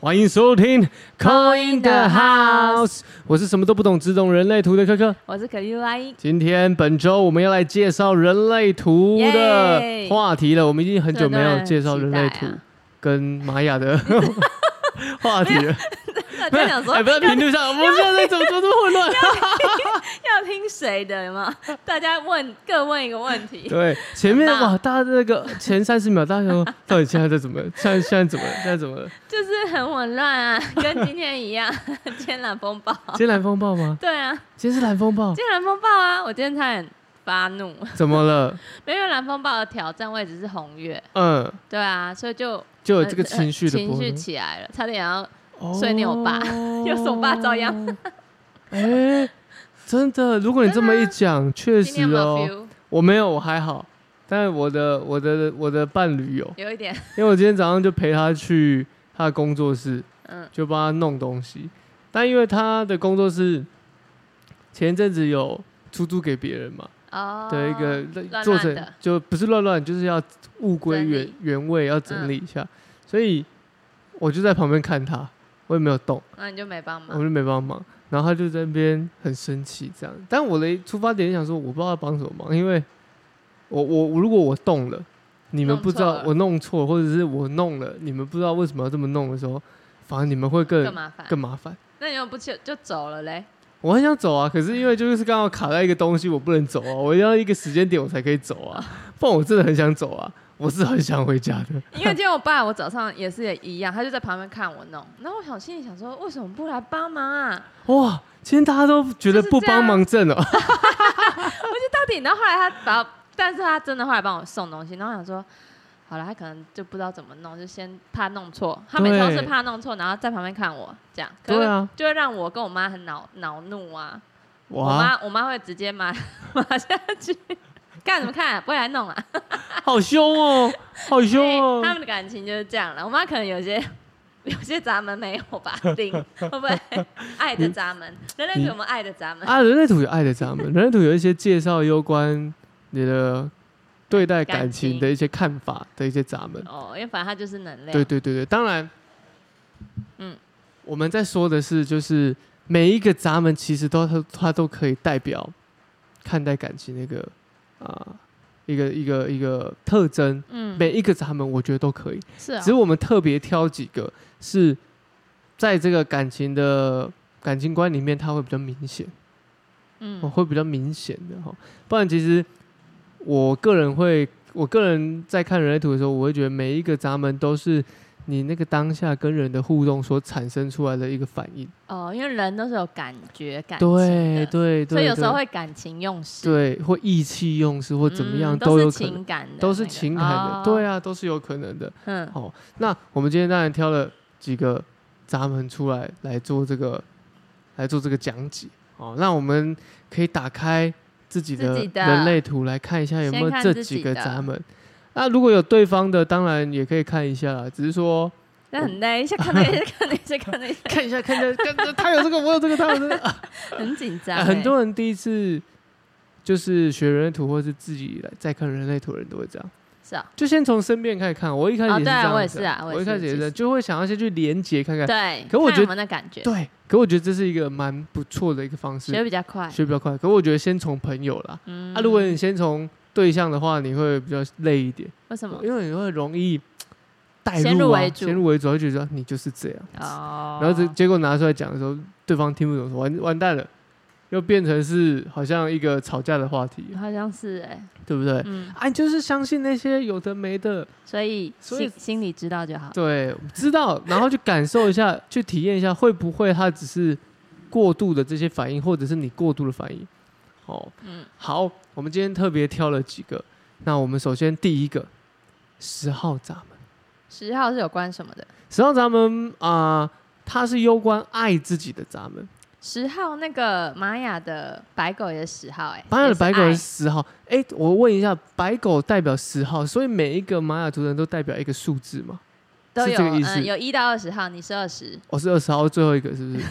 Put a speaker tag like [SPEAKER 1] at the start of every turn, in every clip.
[SPEAKER 1] 欢迎收听《Coin the House》，我是什么都不懂，只懂人类图的科科。
[SPEAKER 2] 我是可丽露阿姨。
[SPEAKER 1] 今天本周我们要来介绍人类图的
[SPEAKER 2] 耶
[SPEAKER 1] 话题了，我们已经很久没有
[SPEAKER 2] 真的
[SPEAKER 1] 介绍人类图
[SPEAKER 2] 很期待啊
[SPEAKER 1] 跟玛雅 的话题了。
[SPEAKER 2] 啊那
[SPEAKER 1] 不
[SPEAKER 2] 在
[SPEAKER 1] 是，
[SPEAKER 2] 想说
[SPEAKER 1] 哎，不要评论 上，我们现在怎么怎么这么混乱？
[SPEAKER 2] 要听谁的，有吗？大家问各问一个问 题。
[SPEAKER 1] 对，前面
[SPEAKER 2] 很棒
[SPEAKER 1] 哇，大家那个前三十秒，大家想说到底现在在怎么了？现在现在怎么了？现在怎 么了？
[SPEAKER 2] 就是很混乱啊， 跟今天一样，天蓝风暴。
[SPEAKER 1] 今天蓝风暴吗？
[SPEAKER 2] 对啊，
[SPEAKER 1] 今天是蓝风暴，
[SPEAKER 2] 今天蓝风暴啊！我今天差点发怒，
[SPEAKER 1] 怎么了？
[SPEAKER 2] 没有蓝风暴的挑战位置是红月，
[SPEAKER 1] 嗯，
[SPEAKER 2] 对啊，所以就
[SPEAKER 1] 就有这个
[SPEAKER 2] 呃
[SPEAKER 1] 情绪的
[SPEAKER 2] 情
[SPEAKER 1] 波
[SPEAKER 2] 绪
[SPEAKER 1] 动。
[SPEAKER 2] 起来了，差点要所以你有爸 有手爸照样。
[SPEAKER 1] 哦 哎、真的，如果你这么一 讲，确
[SPEAKER 2] 今
[SPEAKER 1] 实
[SPEAKER 2] 天有没
[SPEAKER 1] 哦，
[SPEAKER 2] 有 feel
[SPEAKER 1] 我没有，我还好，但我的我的我的伴侣有，
[SPEAKER 2] 有一点，
[SPEAKER 1] 因为我今天早上就陪他去他的工作室，
[SPEAKER 2] 嗯
[SPEAKER 1] 就帮他弄东西，但因为他的工作室前一阵子有出租给别人嘛，
[SPEAKER 2] 哦
[SPEAKER 1] 的一个
[SPEAKER 2] 乱
[SPEAKER 1] 做
[SPEAKER 2] 乱
[SPEAKER 1] 成
[SPEAKER 2] 的
[SPEAKER 1] 就不是乱乱，就是要物归
[SPEAKER 2] 整
[SPEAKER 1] 原
[SPEAKER 2] 理
[SPEAKER 1] 原位，要整理一下。所以我就在旁边看他，我也没有动，
[SPEAKER 2] 那你就没帮
[SPEAKER 1] 我
[SPEAKER 2] 忙
[SPEAKER 1] 就没帮忙。然后他就在那边很生气这样，但我的出发点是想说，我不知道他帮什么忙，因为我我我如果我动了，你们
[SPEAKER 2] 弄
[SPEAKER 1] 不知
[SPEAKER 2] 错
[SPEAKER 1] 道
[SPEAKER 2] 了
[SPEAKER 1] 我弄错，或者是我弄了，你们不知道为什么要这么弄的时候，反而你们会
[SPEAKER 2] 更
[SPEAKER 1] 更
[SPEAKER 2] 麻烦。
[SPEAKER 1] 更麻烦。
[SPEAKER 2] 那你又不去就走了嘞？
[SPEAKER 1] 我很想走啊，可是因为就是刚好卡在一个东西，我不能走啊，我要一个时间点我才可以走啊，不然我真的很想走啊，我是很想回家 的。
[SPEAKER 2] 因为今天我爸，我早上也是也一样，他就在旁边看我弄。然后我想心里想说，为什么不来帮忙啊？
[SPEAKER 1] 哇，今天大家都觉得不帮忙正哦、
[SPEAKER 2] 到底？然后后来他把，但是他真的后来帮我送东西。然后我想说，好了，他可能就不知道怎么弄，就先怕弄错。他每次都是
[SPEAKER 1] 对
[SPEAKER 2] 怕弄错，然后在旁边看我这样。可
[SPEAKER 1] 对
[SPEAKER 2] 是
[SPEAKER 1] 啊，
[SPEAKER 2] 就会让我跟我妈很恼恼怒啊！ 我
[SPEAKER 1] 哇，
[SPEAKER 2] 妈我妈会直接骂骂下去， 干什么看、不会来弄啊！
[SPEAKER 1] 好凶哦、好 凶 哦、
[SPEAKER 2] 哎他们的感情就是这样了。我妈可能有些 有些闸门没有 吧，零会不会爱的闸门？人类有没有爱的闸门？
[SPEAKER 1] 啊，人类图有爱的咱 们，人类图有一些介绍有关你的对待感
[SPEAKER 2] 感情
[SPEAKER 1] 情的一些看法的一些咱们。
[SPEAKER 2] 哦，因为反正它就是能量。
[SPEAKER 1] 对对对对，当然，嗯
[SPEAKER 2] 嗯，
[SPEAKER 1] 我们在说的是，就是每一个闸门其实都它它都可以代表看待感情那个啊、一个一个一个特征，
[SPEAKER 2] 嗯，
[SPEAKER 1] 每一个闸门我觉得都可以，
[SPEAKER 2] 是啊
[SPEAKER 1] 只是，我们特别挑几个是在这个感情的感情观里面，它会比较明显。哦，
[SPEAKER 2] 嗯
[SPEAKER 1] 会比较明显的哈、不然其实我个人会，我个人在看人类图的时候，我会觉得每一个闸门都是你那个当下跟人的互动所产生出来的一个反应。
[SPEAKER 2] 哦，因为人都是有感觉感情
[SPEAKER 1] 对
[SPEAKER 2] 的，
[SPEAKER 1] 对对，
[SPEAKER 2] 所以有时候
[SPEAKER 1] 对
[SPEAKER 2] 会感情用事，
[SPEAKER 1] 对或意气用事或
[SPEAKER 2] 或
[SPEAKER 1] 怎么样、
[SPEAKER 2] 嗯都
[SPEAKER 1] 有
[SPEAKER 2] 是
[SPEAKER 1] 可能，
[SPEAKER 2] 情感的那个，
[SPEAKER 1] 都是情感的，
[SPEAKER 2] 哦
[SPEAKER 1] 对，啊，都是有可能的。
[SPEAKER 2] 嗯，
[SPEAKER 1] 好、那我们今天当然挑了几个闸门出来来做这个来做这个讲解。哦，那我们可以打开自己的
[SPEAKER 2] 自己的
[SPEAKER 1] 人类图来看一下有没有
[SPEAKER 2] 先看
[SPEAKER 1] 这
[SPEAKER 2] 自己
[SPEAKER 1] 几个
[SPEAKER 2] 的
[SPEAKER 1] 闸门。那如果有对方的，当然也可以看一下啦。只是说
[SPEAKER 2] 那很累，一下看那个，一下看那个，一下看那个，
[SPEAKER 1] 看一下，看一下，看他有这个，我有这个，他有这个。啊
[SPEAKER 2] 很紧张 欸，
[SPEAKER 1] 很多人第一次就是学人类图，或是自己来再看人类图的人都会这样。
[SPEAKER 2] 是啊，
[SPEAKER 1] 就先从身边开始看。我一开始也
[SPEAKER 2] 哦
[SPEAKER 1] 是这
[SPEAKER 2] 对啊
[SPEAKER 1] 样子、
[SPEAKER 2] 我也是啊我也
[SPEAKER 1] 一
[SPEAKER 2] 是
[SPEAKER 1] 开始也是这样
[SPEAKER 2] 其实
[SPEAKER 1] 就会想要先去连接看看。
[SPEAKER 2] 对，
[SPEAKER 1] 可我
[SPEAKER 2] 看
[SPEAKER 1] 觉
[SPEAKER 2] 有
[SPEAKER 1] 得
[SPEAKER 2] 没有那感觉，
[SPEAKER 1] 对，可我觉得这是一个蛮不错的一个方式，
[SPEAKER 2] 学比较快，
[SPEAKER 1] 学比较快。可我觉得先从朋友啦，
[SPEAKER 2] 嗯
[SPEAKER 1] 啊，如果你先从对象的话，你会比较累一点，
[SPEAKER 2] 为什么？
[SPEAKER 1] 因为你会容易带
[SPEAKER 2] 先
[SPEAKER 1] 入
[SPEAKER 2] 入
[SPEAKER 1] 啊，
[SPEAKER 2] 为主
[SPEAKER 1] 先入为主，会觉得你就是这样。
[SPEAKER 2] 哦，
[SPEAKER 1] 然后结结果拿出来讲的时候，对方听不懂，说完完蛋了，又变成是好像一个吵架的话题，
[SPEAKER 2] 好像是哎、
[SPEAKER 1] 对不 对？
[SPEAKER 2] 嗯，
[SPEAKER 1] 啊，你就是相信那些有的没的，
[SPEAKER 2] 所以
[SPEAKER 1] 所以
[SPEAKER 2] 心心里知道就好。
[SPEAKER 1] 对，知道，然后去感受一下，去体验一下，会不会他只是过度的这些反应，或者是你过度的反应？哦，
[SPEAKER 2] 嗯
[SPEAKER 1] 好，我们今天特别挑了几个。那我们首先第一个十号闸门，
[SPEAKER 2] 十号是有关什么的？
[SPEAKER 1] 十号闸门啊、它是攸关爱自己的闸门。
[SPEAKER 2] 十号那个玛雅的白狗也是十号哎、欸，
[SPEAKER 1] 玛雅的白狗
[SPEAKER 2] 也
[SPEAKER 1] 是
[SPEAKER 2] 是
[SPEAKER 1] 十号，哎，我问一下，白狗代表十号，所以每一个玛雅族人都代表一个数字嘛？
[SPEAKER 2] 爱都
[SPEAKER 1] 是
[SPEAKER 2] 有
[SPEAKER 1] 这个意思
[SPEAKER 2] 嗯，有一到二十号，你是二 十，
[SPEAKER 1] 我、是二十号，最后一个是不是？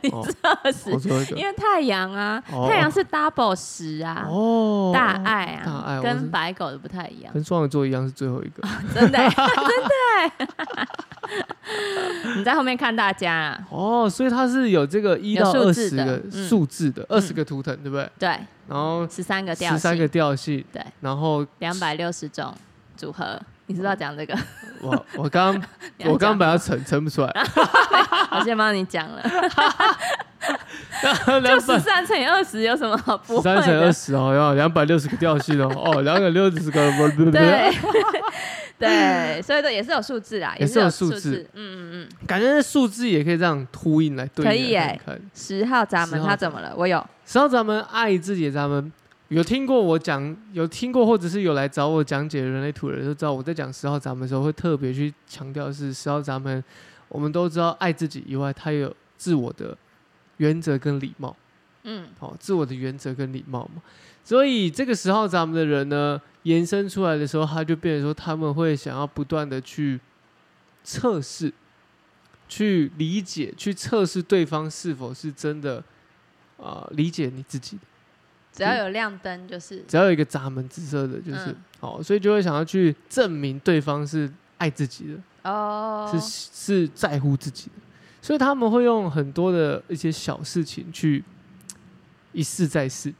[SPEAKER 2] 你
[SPEAKER 1] 哦
[SPEAKER 2] 是二十、
[SPEAKER 1] 我最后一个
[SPEAKER 2] 因为太阳啊，
[SPEAKER 1] 哦
[SPEAKER 2] 太阳是 double 十啊。
[SPEAKER 1] 哦，
[SPEAKER 2] 大爱啊，
[SPEAKER 1] 大爱我是
[SPEAKER 2] 跟白狗的不太一样，啊
[SPEAKER 1] 跟双鱼座一样是最后一个。
[SPEAKER 2] 欸真的欸、 你在后面看大家 啊，
[SPEAKER 1] 哦，所以它是有这个一
[SPEAKER 2] 有
[SPEAKER 1] 到
[SPEAKER 2] 数
[SPEAKER 1] 二
[SPEAKER 2] 字
[SPEAKER 1] 十
[SPEAKER 2] 的
[SPEAKER 1] 个
[SPEAKER 2] 嗯
[SPEAKER 1] 数字的，二十个图腾，对不对？
[SPEAKER 2] 对，
[SPEAKER 1] 然后
[SPEAKER 2] 十三个调
[SPEAKER 1] 十三个
[SPEAKER 2] 性，
[SPEAKER 1] 调性，
[SPEAKER 2] 对，
[SPEAKER 1] 然后
[SPEAKER 2] 两百六十种组合。你知道讲这个？
[SPEAKER 1] 我我刚
[SPEAKER 2] 你要
[SPEAKER 1] 我刚
[SPEAKER 2] 讲
[SPEAKER 1] 把它乘乘不出来，
[SPEAKER 2] 我先帮你讲了， 就
[SPEAKER 1] 两
[SPEAKER 2] 十
[SPEAKER 1] 百
[SPEAKER 2] 三乘以二十有什么好不
[SPEAKER 1] 十
[SPEAKER 2] 会的？
[SPEAKER 1] 三乘二十哦，要两百六十个调性哦，哦，两百六十个，
[SPEAKER 2] 对 对，所以这也是有数字啦，
[SPEAKER 1] 啊也是
[SPEAKER 2] 是
[SPEAKER 1] 有
[SPEAKER 2] 数
[SPEAKER 1] 数字
[SPEAKER 2] 嗯嗯嗯，
[SPEAKER 1] 感觉那数字也可以这样呼应来对应
[SPEAKER 2] 可以欸
[SPEAKER 1] 来
[SPEAKER 2] 耶
[SPEAKER 1] 看看。
[SPEAKER 2] 十号闸门
[SPEAKER 1] 10号
[SPEAKER 2] 它怎么了？我有，
[SPEAKER 1] 实际上咱们爱自己的咱们。有听过我讲，有听过或者是有来找我讲解人类图的人都知道，我在讲十号闸门的时候会特别去强调的是十号闸门。我们都知道爱自己以外，它有自我的原则跟礼貌。
[SPEAKER 2] 嗯，
[SPEAKER 1] 好、自我的原则跟礼貌嘛。所以这个时候，咱们的人呢，延伸出来的时候，他就变成说，他们会想要不断的去测试、去理解、去测试对方是否是真的啊、呃理解你自己的。
[SPEAKER 2] 只要有亮灯就是，
[SPEAKER 1] 只要有一个闸门紫色的，就是
[SPEAKER 2] 嗯
[SPEAKER 1] 好、所以就会想要去证明对方是爱自己的，
[SPEAKER 2] 哦，
[SPEAKER 1] 是是在乎自己的。所以他们会用很多的一些小事情去一试再试。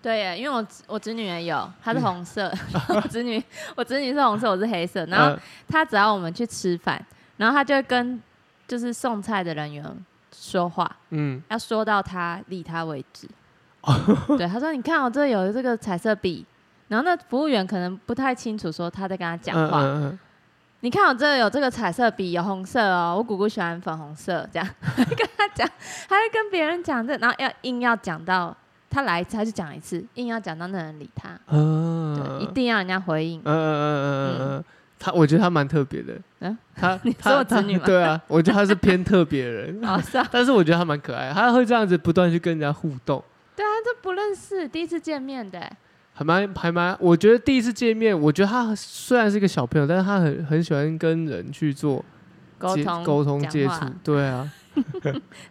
[SPEAKER 2] 对耶，因为我侄我侄女也有，她是
[SPEAKER 1] 嗯
[SPEAKER 2] 红色， 我侄女我侄女是红色，我是黑色，然后
[SPEAKER 1] 呃
[SPEAKER 2] 她只要我们去吃饭，然后她就会跟就是送菜的人员说话，
[SPEAKER 1] 嗯，
[SPEAKER 2] 要说到她理她为止。
[SPEAKER 1] 哦
[SPEAKER 2] 对，她说你看哦我这有这个彩色笔，然后那服务员可能不太清楚说她在跟她讲
[SPEAKER 1] 嗯
[SPEAKER 2] 话，
[SPEAKER 1] 嗯嗯
[SPEAKER 2] 你看我哦这有这个彩色笔，有红色哦，我姑姑喜欢粉红色，这样 跟他讲，还会跟别人讲这，然后要硬要讲到他来一次，他就讲一次，硬要讲到那人理他，对，
[SPEAKER 1] 嗯，
[SPEAKER 2] 一定要人家回应
[SPEAKER 1] 嗯嗯，嗯嗯嗯嗯，他我觉得他蛮特别的，
[SPEAKER 2] 嗯
[SPEAKER 1] 嗯，他
[SPEAKER 2] 你
[SPEAKER 1] 他
[SPEAKER 2] 说我
[SPEAKER 1] 他
[SPEAKER 2] 侄女 吗
[SPEAKER 1] 对啊，我觉得他是偏特别的 人，
[SPEAKER 2] 哦，是啊，
[SPEAKER 1] 但是我觉得他蛮可爱，他会这样子不断去跟人家互动，
[SPEAKER 2] 这不认识，第一次见面的，
[SPEAKER 1] 还蛮还蛮，我觉得第一次见面，我觉得他虽然是一个小朋友，但是他很很喜欢跟人去做
[SPEAKER 2] 沟
[SPEAKER 1] 接
[SPEAKER 2] 通
[SPEAKER 1] 沟通
[SPEAKER 2] 讲
[SPEAKER 1] 接
[SPEAKER 2] 话
[SPEAKER 1] 触，对啊，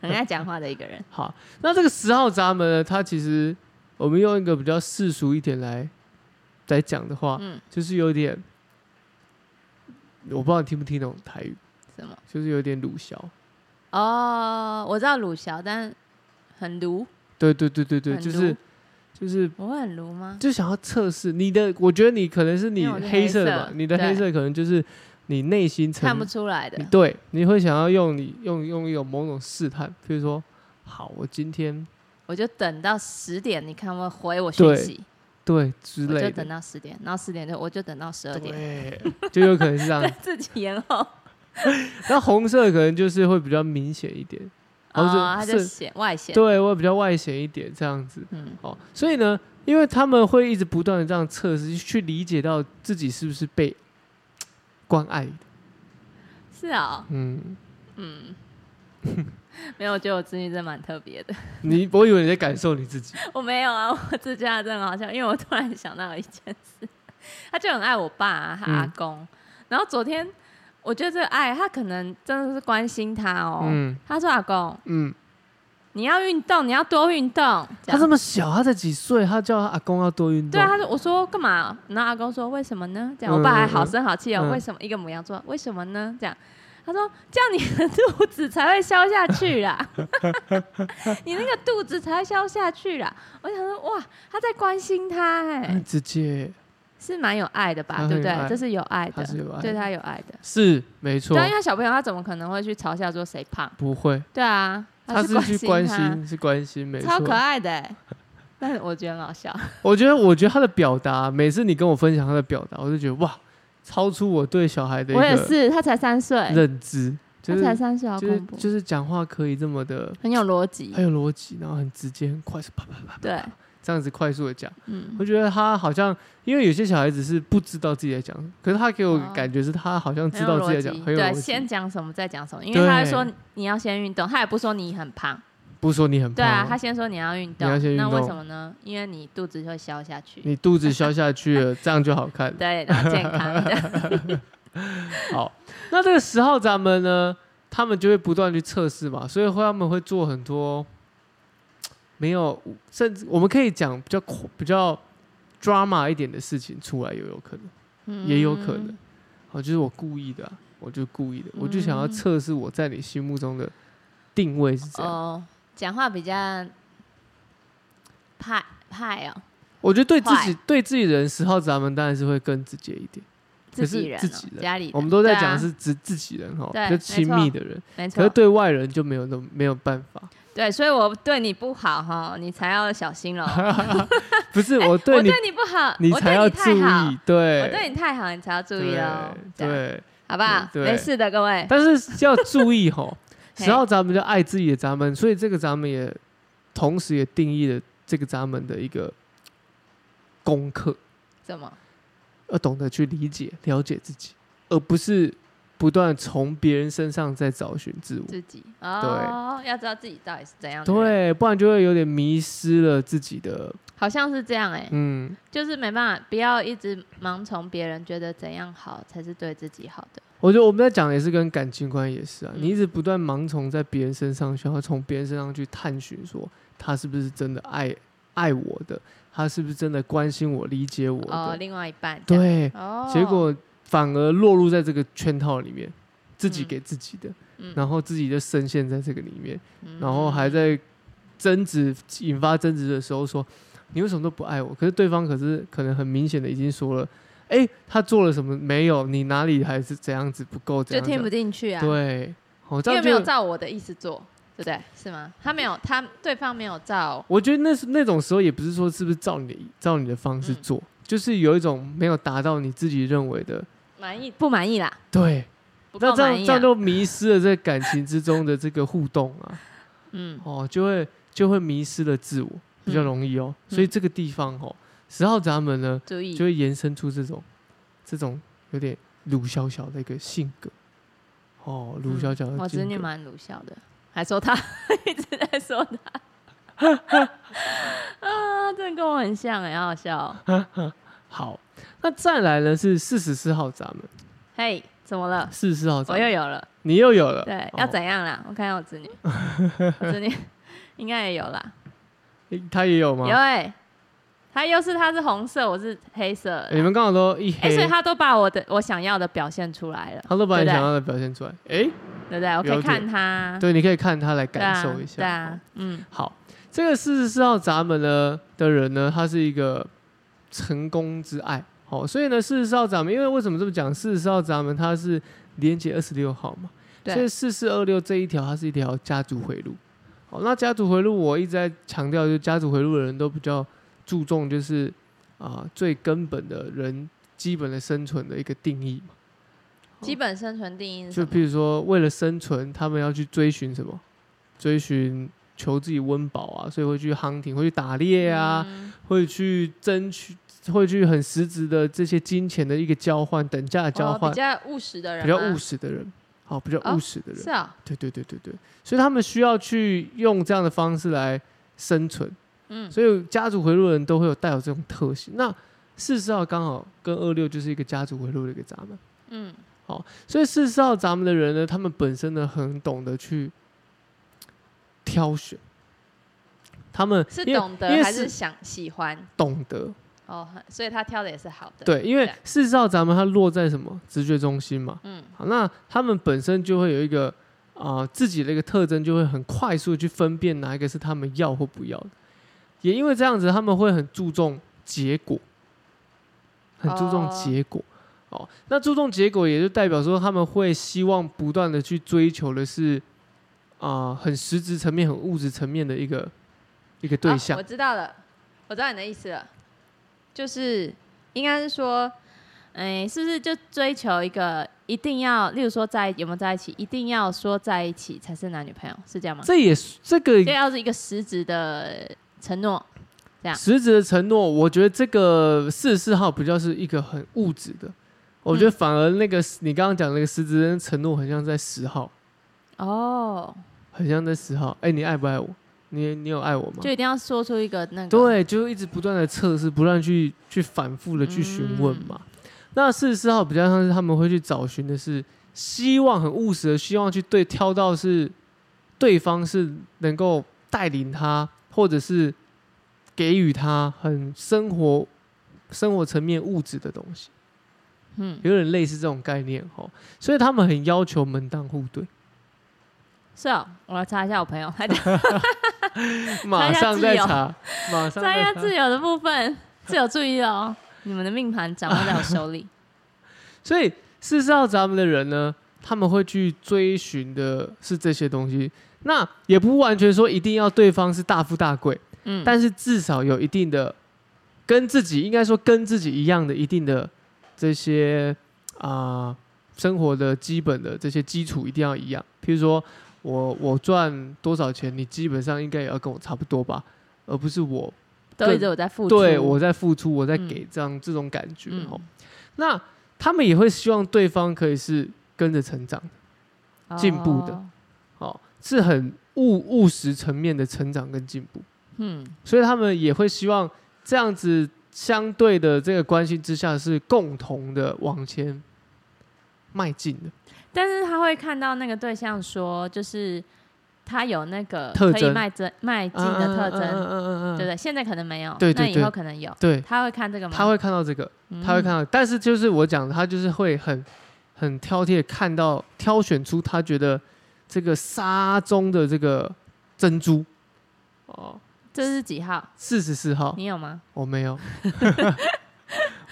[SPEAKER 2] 很爱讲话的一个人，
[SPEAKER 1] 好，那这个十号闸门呢，它其实我们用一个比较世俗一点来来讲的话，
[SPEAKER 2] 嗯
[SPEAKER 1] 就是有点，我不知道你听不听懂台语。
[SPEAKER 2] 什么？
[SPEAKER 1] 就是有点鲁小。
[SPEAKER 2] 哦，我知道鲁小，但很卢，
[SPEAKER 1] 对对对对对，
[SPEAKER 2] 很
[SPEAKER 1] 就是
[SPEAKER 2] 撸
[SPEAKER 1] 就是
[SPEAKER 2] 我会很卢吗？
[SPEAKER 1] 就想要测试你的，我觉得你可能是你
[SPEAKER 2] 因为我是
[SPEAKER 1] 黑色
[SPEAKER 2] 黑
[SPEAKER 1] 的
[SPEAKER 2] 色
[SPEAKER 1] 吧，你的黑色可能就是你内心层
[SPEAKER 2] 看不出来的
[SPEAKER 1] 你，对，你会想要用你用用一种某种试探，比如说，好，我今天
[SPEAKER 2] 我就等到十点，你看我回我
[SPEAKER 1] 对
[SPEAKER 2] 讯息。
[SPEAKER 1] 对之
[SPEAKER 2] 我就
[SPEAKER 1] 类
[SPEAKER 2] 等
[SPEAKER 1] 的，
[SPEAKER 2] 到十点，然后十点就我就等到十二点，
[SPEAKER 1] 对，就有可能是 这
[SPEAKER 2] 对
[SPEAKER 1] 样。
[SPEAKER 2] 自己延后，
[SPEAKER 1] 那红色可能就是会比较明显一点，然后就
[SPEAKER 2] 哦，他就是显外显，
[SPEAKER 1] 对我比较外显一点这样子。
[SPEAKER 2] 嗯，
[SPEAKER 1] 哦，所以呢，因为他们会一直不断的这样测试，去理解到自己是不是被关爱的。
[SPEAKER 2] 是啊、
[SPEAKER 1] 嗯，
[SPEAKER 2] 嗯，没有，我觉得我侄女真的蛮特别的，
[SPEAKER 1] 你我以为你在感受你自己，
[SPEAKER 2] 我没有啊，我自家真的好像，因为我突然想到一件事， 他就很爱我爸、啊、他
[SPEAKER 1] 嗯
[SPEAKER 2] 阿公，然后昨天我觉得这个爱，他可能真的是关心他哦，
[SPEAKER 1] 嗯
[SPEAKER 2] 他说阿公，
[SPEAKER 1] 嗯，
[SPEAKER 2] 你要运动，你要多运动，
[SPEAKER 1] 他
[SPEAKER 2] 这样
[SPEAKER 1] 这么小，他才几岁，他叫他阿公要多运动，
[SPEAKER 2] 对啊，他说我说干嘛？然后阿公说为什么呢？这样，我
[SPEAKER 1] 嗯
[SPEAKER 2] 爸还
[SPEAKER 1] 嗯
[SPEAKER 2] 好
[SPEAKER 1] 嗯
[SPEAKER 2] 声好气哦，
[SPEAKER 1] 嗯
[SPEAKER 2] 为什么一个母羊座？为什么呢？这样，他说这样你的肚子才会消下去 啦， 你那个肚子才会消下去啦。我想说哇，他在关心他哎、
[SPEAKER 1] 很直接，
[SPEAKER 2] 是蛮有爱的吧？
[SPEAKER 1] 嗯他
[SPEAKER 2] 对不
[SPEAKER 1] 很有
[SPEAKER 2] 对？
[SPEAKER 1] 爱
[SPEAKER 2] 这是有爱的，
[SPEAKER 1] 他是有爱
[SPEAKER 2] 对
[SPEAKER 1] 的
[SPEAKER 2] 他有爱的。
[SPEAKER 1] 是没错
[SPEAKER 2] 对啊，，因为小朋友他怎么可能会去嘲笑说谁胖？
[SPEAKER 1] 不会，
[SPEAKER 2] 对啊，
[SPEAKER 1] 他
[SPEAKER 2] 是
[SPEAKER 1] 是去关
[SPEAKER 2] 他，
[SPEAKER 1] 心，是关心，没
[SPEAKER 2] 超可
[SPEAKER 1] 错。
[SPEAKER 2] 爱的、欸。但是我觉得很 好笑，
[SPEAKER 1] 我觉得，我觉得他的表达，每次你跟我分享他的表达，我就觉得哇，超出我对小孩的一
[SPEAKER 2] 我也
[SPEAKER 1] 个
[SPEAKER 2] 是，欸他才三岁，
[SPEAKER 1] 认知，就
[SPEAKER 2] 他才
[SPEAKER 1] 是
[SPEAKER 2] 三岁，好
[SPEAKER 1] 就是
[SPEAKER 2] 恐怖，
[SPEAKER 1] 就是讲话可以这么的
[SPEAKER 2] 很有逻辑
[SPEAKER 1] 很。有逻辑，然后很直接，很快速，啪啪啪，
[SPEAKER 2] 嗯对，
[SPEAKER 1] 这样子快速的讲。
[SPEAKER 2] 嗯，
[SPEAKER 1] 我觉得他好像，因为有些小孩子是不知道自己在讲什么，可是他给我
[SPEAKER 2] 哦
[SPEAKER 1] 感觉是他好像知
[SPEAKER 2] 很
[SPEAKER 1] 道
[SPEAKER 2] 有
[SPEAKER 1] 自己在
[SPEAKER 2] 逻辑
[SPEAKER 1] 讲，很有
[SPEAKER 2] 对，
[SPEAKER 1] 逻
[SPEAKER 2] 先
[SPEAKER 1] 辑。
[SPEAKER 2] 讲什么再讲什么，因为他会
[SPEAKER 1] 对
[SPEAKER 2] 说你要先运动，他也不说你很胖，
[SPEAKER 1] 不说你很
[SPEAKER 2] 对
[SPEAKER 1] 胖
[SPEAKER 2] 啊
[SPEAKER 1] 哦，，
[SPEAKER 2] 他先说你要运
[SPEAKER 1] 你要先
[SPEAKER 2] 动，
[SPEAKER 1] 运
[SPEAKER 2] 那为
[SPEAKER 1] 动
[SPEAKER 2] 什么呢？因为你肚子会消下去，
[SPEAKER 1] 你肚子消下去了，这样就好看。
[SPEAKER 2] 对，然后健康 的，
[SPEAKER 1] 好，那这个十号闸门呢，他们就会不断去测试嘛，所以会他们会做很多没有，甚至我们可以讲比较恐比较 drama 一点的事情出来，也有可能，也有可能
[SPEAKER 2] 嗯。
[SPEAKER 1] 好，就是我故意的啊、我就故意的，我就想要
[SPEAKER 2] 嗯
[SPEAKER 1] 测试我在你心目中的定位是怎样。
[SPEAKER 2] 哦，讲话比较派派哦，
[SPEAKER 1] 我觉得对自己
[SPEAKER 2] 坏
[SPEAKER 1] 对自己人十号闸门当然是会更直接一点。可
[SPEAKER 2] 自
[SPEAKER 1] 是
[SPEAKER 2] 己人、
[SPEAKER 1] 自
[SPEAKER 2] 哦，
[SPEAKER 1] 己人
[SPEAKER 2] 家里的
[SPEAKER 1] 我们都在
[SPEAKER 2] 对啊
[SPEAKER 1] 讲是指自己人哈，
[SPEAKER 2] 对
[SPEAKER 1] 比较亲密的人，
[SPEAKER 2] 没
[SPEAKER 1] 可
[SPEAKER 2] 错
[SPEAKER 1] 是，对外人就没有那么没有办法。
[SPEAKER 2] 对，所以我对你不好哈，你才要小心喽。
[SPEAKER 1] 不是我 对
[SPEAKER 2] 哎我
[SPEAKER 1] 你
[SPEAKER 2] 对，你不好，
[SPEAKER 1] 你
[SPEAKER 2] 我
[SPEAKER 1] 才
[SPEAKER 2] 对
[SPEAKER 1] 要
[SPEAKER 2] 你
[SPEAKER 1] 注
[SPEAKER 2] 太好，
[SPEAKER 1] 意，对，
[SPEAKER 2] 我对你太好，你才要注意喽，
[SPEAKER 1] 对
[SPEAKER 2] 这样
[SPEAKER 1] 对，
[SPEAKER 2] 好不好？
[SPEAKER 1] 对对
[SPEAKER 2] 没事的，各位。
[SPEAKER 1] 但是要注意吼，
[SPEAKER 2] 嘿
[SPEAKER 1] 十号闸门叫爱自己的闸门，所以这个闸门也同时也定义了这个闸门的一个功课，
[SPEAKER 2] 怎么？
[SPEAKER 1] 要懂得去理解、了解自己，而不是不断从别人身上在找寻自我。
[SPEAKER 2] 自己哦，要知道自己到底是怎样的人，
[SPEAKER 1] 对，不然就会有点迷失了自己的，
[SPEAKER 2] 好像是这样哎、
[SPEAKER 1] 嗯，
[SPEAKER 2] 就是没办法，不要一直盲从别人觉得怎样好才是对自己好的。
[SPEAKER 1] 我觉得我们在讲的也是跟感情观也是啊，
[SPEAKER 2] 嗯
[SPEAKER 1] 你一直不断盲从在别人身上，想要从别人身上去探寻，说他是不是真的爱爱我的，他是不是真的关心我、理解我的，
[SPEAKER 2] 哦，另外一半这样，
[SPEAKER 1] 对，
[SPEAKER 2] 哦，
[SPEAKER 1] 结果反而落入在这个圈套里面，自己
[SPEAKER 2] 嗯
[SPEAKER 1] 给自己的，
[SPEAKER 2] 嗯
[SPEAKER 1] 然后自己就深陷在这个里面，
[SPEAKER 2] 嗯
[SPEAKER 1] 然后还在争执、引发争执的时候说你为什么都不爱我？可是对方可是可能很明显的已经说了。哎、他做了什么？没有，你哪里还是怎样子不够？怎
[SPEAKER 2] 就
[SPEAKER 1] 样怎
[SPEAKER 2] 听
[SPEAKER 1] 样
[SPEAKER 2] 不进去啊，
[SPEAKER 1] 对，我这
[SPEAKER 2] 因为
[SPEAKER 1] 样
[SPEAKER 2] 没有
[SPEAKER 1] 就
[SPEAKER 2] 照我的意思做，对不对？是吗？他没有，他对方没有照，
[SPEAKER 1] 我觉得那是那种时候也不是说是不是照你的照你的方式
[SPEAKER 2] 嗯
[SPEAKER 1] 做，就是有一种没有达到你自己认为的
[SPEAKER 2] 满意不满意啦？
[SPEAKER 1] 对，
[SPEAKER 2] 不
[SPEAKER 1] 那
[SPEAKER 2] 够
[SPEAKER 1] 这
[SPEAKER 2] 满
[SPEAKER 1] 样
[SPEAKER 2] 意
[SPEAKER 1] 这
[SPEAKER 2] 啊
[SPEAKER 1] 样？就迷失了在感情之中的这个互动啊，
[SPEAKER 2] 嗯，
[SPEAKER 1] 哦，就会就会迷失了自我，比较
[SPEAKER 2] 嗯
[SPEAKER 1] 容易哦。所以这个地方哦，十号闸门呢
[SPEAKER 2] 注意
[SPEAKER 1] 就会延伸出这种这种有点鲁小小的一个性格。哦，鲁小小的、性
[SPEAKER 2] 嗯我侄女
[SPEAKER 1] 格
[SPEAKER 2] 蛮鲁小的，还说她 一直在说她。 啊，真的跟我很像哎、好好笑哦、
[SPEAKER 1] 好，那再来呢是四十四号闸门，
[SPEAKER 2] 嘿、怎么了？
[SPEAKER 1] 四十四号闸
[SPEAKER 2] 啊我
[SPEAKER 1] 门
[SPEAKER 2] 又有了，
[SPEAKER 1] 你又有了，
[SPEAKER 2] 对，
[SPEAKER 1] 哦
[SPEAKER 2] 要怎样啦？我看一下我 侄女，我侄女 应该也有啦，
[SPEAKER 1] 诶他也有吗？
[SPEAKER 2] 有哎、她又是她是红色，我是黑色的啦，
[SPEAKER 1] 你们刚好都一
[SPEAKER 2] 哎、
[SPEAKER 1] 黑，
[SPEAKER 2] 所以她都把我的我想要的表现出来了，
[SPEAKER 1] 他都把你
[SPEAKER 2] 对不对
[SPEAKER 1] 想要的表现出来。诶，
[SPEAKER 2] 对不对？我可
[SPEAKER 1] 有点
[SPEAKER 2] 以看她，
[SPEAKER 1] 对，你可以看他来
[SPEAKER 2] 对
[SPEAKER 1] 感
[SPEAKER 2] 啊
[SPEAKER 1] 受一下。哦
[SPEAKER 2] 对啊，嗯，
[SPEAKER 1] 好，这个四十四号闸门呢的人呢，他是一个成功之爱。好，所以呢，四十四号闸门，因为为什么这么讲？四十四号闸门它是连接二十六号嘛，所以
[SPEAKER 2] 对，
[SPEAKER 1] 四四二六这一条它是一条家族回路。好，那家族回路我一直在强调，就家族回路的人都比较注重就是啊、最根本的人基本的生存的一个定义嘛。
[SPEAKER 2] 基本生存定义是
[SPEAKER 1] 就
[SPEAKER 2] 什么
[SPEAKER 1] 譬如说，为了生存，他们要去追寻什么？追寻求自己温饱啊，所以会去 hunting，会去打猎啊，
[SPEAKER 2] 嗯
[SPEAKER 1] 会去争取，会去很实质的这些金钱的一个交换、等价的交
[SPEAKER 2] 哦
[SPEAKER 1] 换
[SPEAKER 2] 比，较务实的人，啊
[SPEAKER 1] 比较务，实的人，好，比较
[SPEAKER 2] 哦
[SPEAKER 1] 务实的人，
[SPEAKER 2] 是啊、
[SPEAKER 1] 对对对对对，所以他们需要去用这样的方式来生存，
[SPEAKER 2] 嗯，
[SPEAKER 1] 所以家族回路的人都会有带有这种特性。那四十号刚好跟二六就是一个家族回路的一个闸门。
[SPEAKER 2] 嗯，
[SPEAKER 1] 所以事实上，咱们的人呢，他们本身呢很懂得去挑选，他们
[SPEAKER 2] 是
[SPEAKER 1] 因为
[SPEAKER 2] 懂
[SPEAKER 1] 因
[SPEAKER 2] 得
[SPEAKER 1] 为
[SPEAKER 2] 还是
[SPEAKER 1] 是
[SPEAKER 2] 想喜欢
[SPEAKER 1] 懂得
[SPEAKER 2] 哦，所以他挑的也是好的。，啊
[SPEAKER 1] 对，因为
[SPEAKER 2] 对
[SPEAKER 1] 事实上咱们它落在什么直觉中心嘛，
[SPEAKER 2] 嗯，
[SPEAKER 1] 好，那他们本身就会有一个啊、呃自己的一个特征，就会很快速地去分辨哪一个是他们要或不要的。也因为这样子，他们会很注重结果，很注重
[SPEAKER 2] 哦
[SPEAKER 1] 结果。哦那注重结果也就代表说他们会希望不断的去追求的是啊、呃很实质层面、很物质层面的一个一个对
[SPEAKER 2] 好
[SPEAKER 1] 象
[SPEAKER 2] 啊我。知道了，我知道你的意思了，就是应该是说，哎、是不是就追求一个一定要，例如说在有没有在一起，一定要说在一起才是男女朋友，是这样吗？
[SPEAKER 1] 这也是这个
[SPEAKER 2] 这要是一个实质的承诺，这样
[SPEAKER 1] 实质的承诺，我觉得这个四十四号比较是一个很物质的，我觉得反而那个你刚刚讲那个实质的承诺，很像在十号，
[SPEAKER 2] 哦，
[SPEAKER 1] 很像在十号。哎、你爱不爱我？你你有爱我吗
[SPEAKER 2] 就？一定要说出一个那个，
[SPEAKER 1] 对，就一直不断的测试，不断地去去反复的去询问
[SPEAKER 2] 嗯
[SPEAKER 1] 嘛。那四十四号比较像是他们会去找寻的是希望很务实的，希望去对挑到是对方是能够带领他，或者是给予他很生活生活层面物质的东西。
[SPEAKER 2] 嗯，
[SPEAKER 1] 有点类似这种概念哦，所以他们很要求门当户 对，
[SPEAKER 2] 是哦，我来查一下我朋友， 还在
[SPEAKER 1] 马上再
[SPEAKER 2] 自由
[SPEAKER 1] 查，马上
[SPEAKER 2] 查一
[SPEAKER 1] 再
[SPEAKER 2] 下
[SPEAKER 1] 查。
[SPEAKER 2] 自由的部分，自由注意哦，你们的命盘掌握在我手 里。
[SPEAKER 1] 所以事实上，咱们的人呢，他们会去追寻的是这些东西。那也不完全说一定要对方是大富大贵，
[SPEAKER 2] 嗯，
[SPEAKER 1] 但是至少有一定的跟自己，应该说跟自己一样的一定的这些啊、生活的基本的这些基础一定要一样。譬如说我我赚多少钱，你基本上应该也要跟我差不多吧，而不是我
[SPEAKER 2] 都一直有在付出，
[SPEAKER 1] 对我在付出，我在
[SPEAKER 2] 嗯
[SPEAKER 1] 给这样、这种感觉
[SPEAKER 2] 嗯
[SPEAKER 1] 哦。那他们也会希望对方可以是跟着成长，进步的
[SPEAKER 2] 哦
[SPEAKER 1] 哦，是很务务实层面的成长跟进步，
[SPEAKER 2] 嗯，
[SPEAKER 1] 所以他们也会希望这样子相对的这个关系之下是共同的往前迈进的。
[SPEAKER 2] 但是他会看到那个对象说，就是他有那个
[SPEAKER 1] 特
[SPEAKER 2] 可以
[SPEAKER 1] 征
[SPEAKER 2] 迈增迈进的特征，
[SPEAKER 1] 嗯嗯嗯嗯嗯嗯
[SPEAKER 2] 对不对？现在可能没有，
[SPEAKER 1] 对对
[SPEAKER 2] 那
[SPEAKER 1] 对
[SPEAKER 2] 以后可能有，
[SPEAKER 1] 对，
[SPEAKER 2] 他会看这个吗？
[SPEAKER 1] 他会看到这个，
[SPEAKER 2] 嗯，
[SPEAKER 1] 他会看到，但是就是我讲的，他就是会很很挑剔，看到挑选出他觉得这个沙中的这个珍珠哦，
[SPEAKER 2] 这是几号？
[SPEAKER 1] 四十四号，
[SPEAKER 2] 你有吗？
[SPEAKER 1] 我没 有，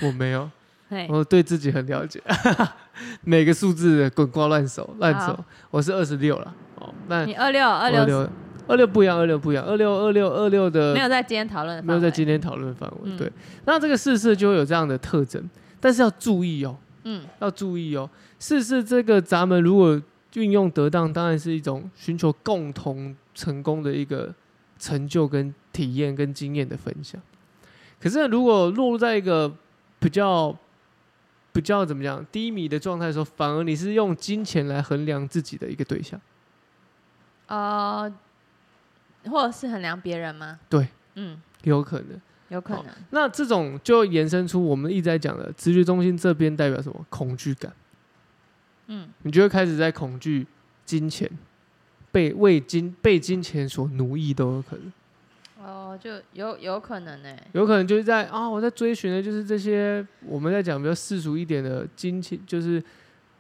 [SPEAKER 1] 我没有，
[SPEAKER 2] 嘿，
[SPEAKER 1] 我对自己很了解， 每个数字滚瓜烂熟烂熟
[SPEAKER 2] 好，
[SPEAKER 1] 我是二十六了哦，那
[SPEAKER 2] 你二六二六
[SPEAKER 1] 六二六不一样，二六不一样，二六二六二六的
[SPEAKER 2] 没有在今天讨论的范
[SPEAKER 1] 没
[SPEAKER 2] 围，
[SPEAKER 1] 有在今天讨论范围。
[SPEAKER 2] 嗯
[SPEAKER 1] 对，那这个世事就会有这样的特征，但是要注意哦，
[SPEAKER 2] 嗯，
[SPEAKER 1] 要注意哦。世事这个咱们如果运用得当，当然是一种寻求共同成功的一个成就、跟体验、跟经验的分享。可是如果落入在一个比较比较怎么讲低迷的状态的时候，反而你是用金钱来衡量自己的一个对象。
[SPEAKER 2] 呃，或者是衡量别人吗？
[SPEAKER 1] 对，
[SPEAKER 2] 嗯，
[SPEAKER 1] 有可能，
[SPEAKER 2] 有可
[SPEAKER 1] 好
[SPEAKER 2] 能，
[SPEAKER 1] 那这种就延伸出我们一直在讲的直觉中心这边代表什么？恐惧感。
[SPEAKER 2] 嗯，
[SPEAKER 1] 你就会开始在恐惧金钱，被为金被金钱所奴役都有可能，
[SPEAKER 2] 哦，就有有可能欸呢，
[SPEAKER 1] 有可能就是在啊、我在追寻的就是这些我们在讲比较世俗一点的金钱，就是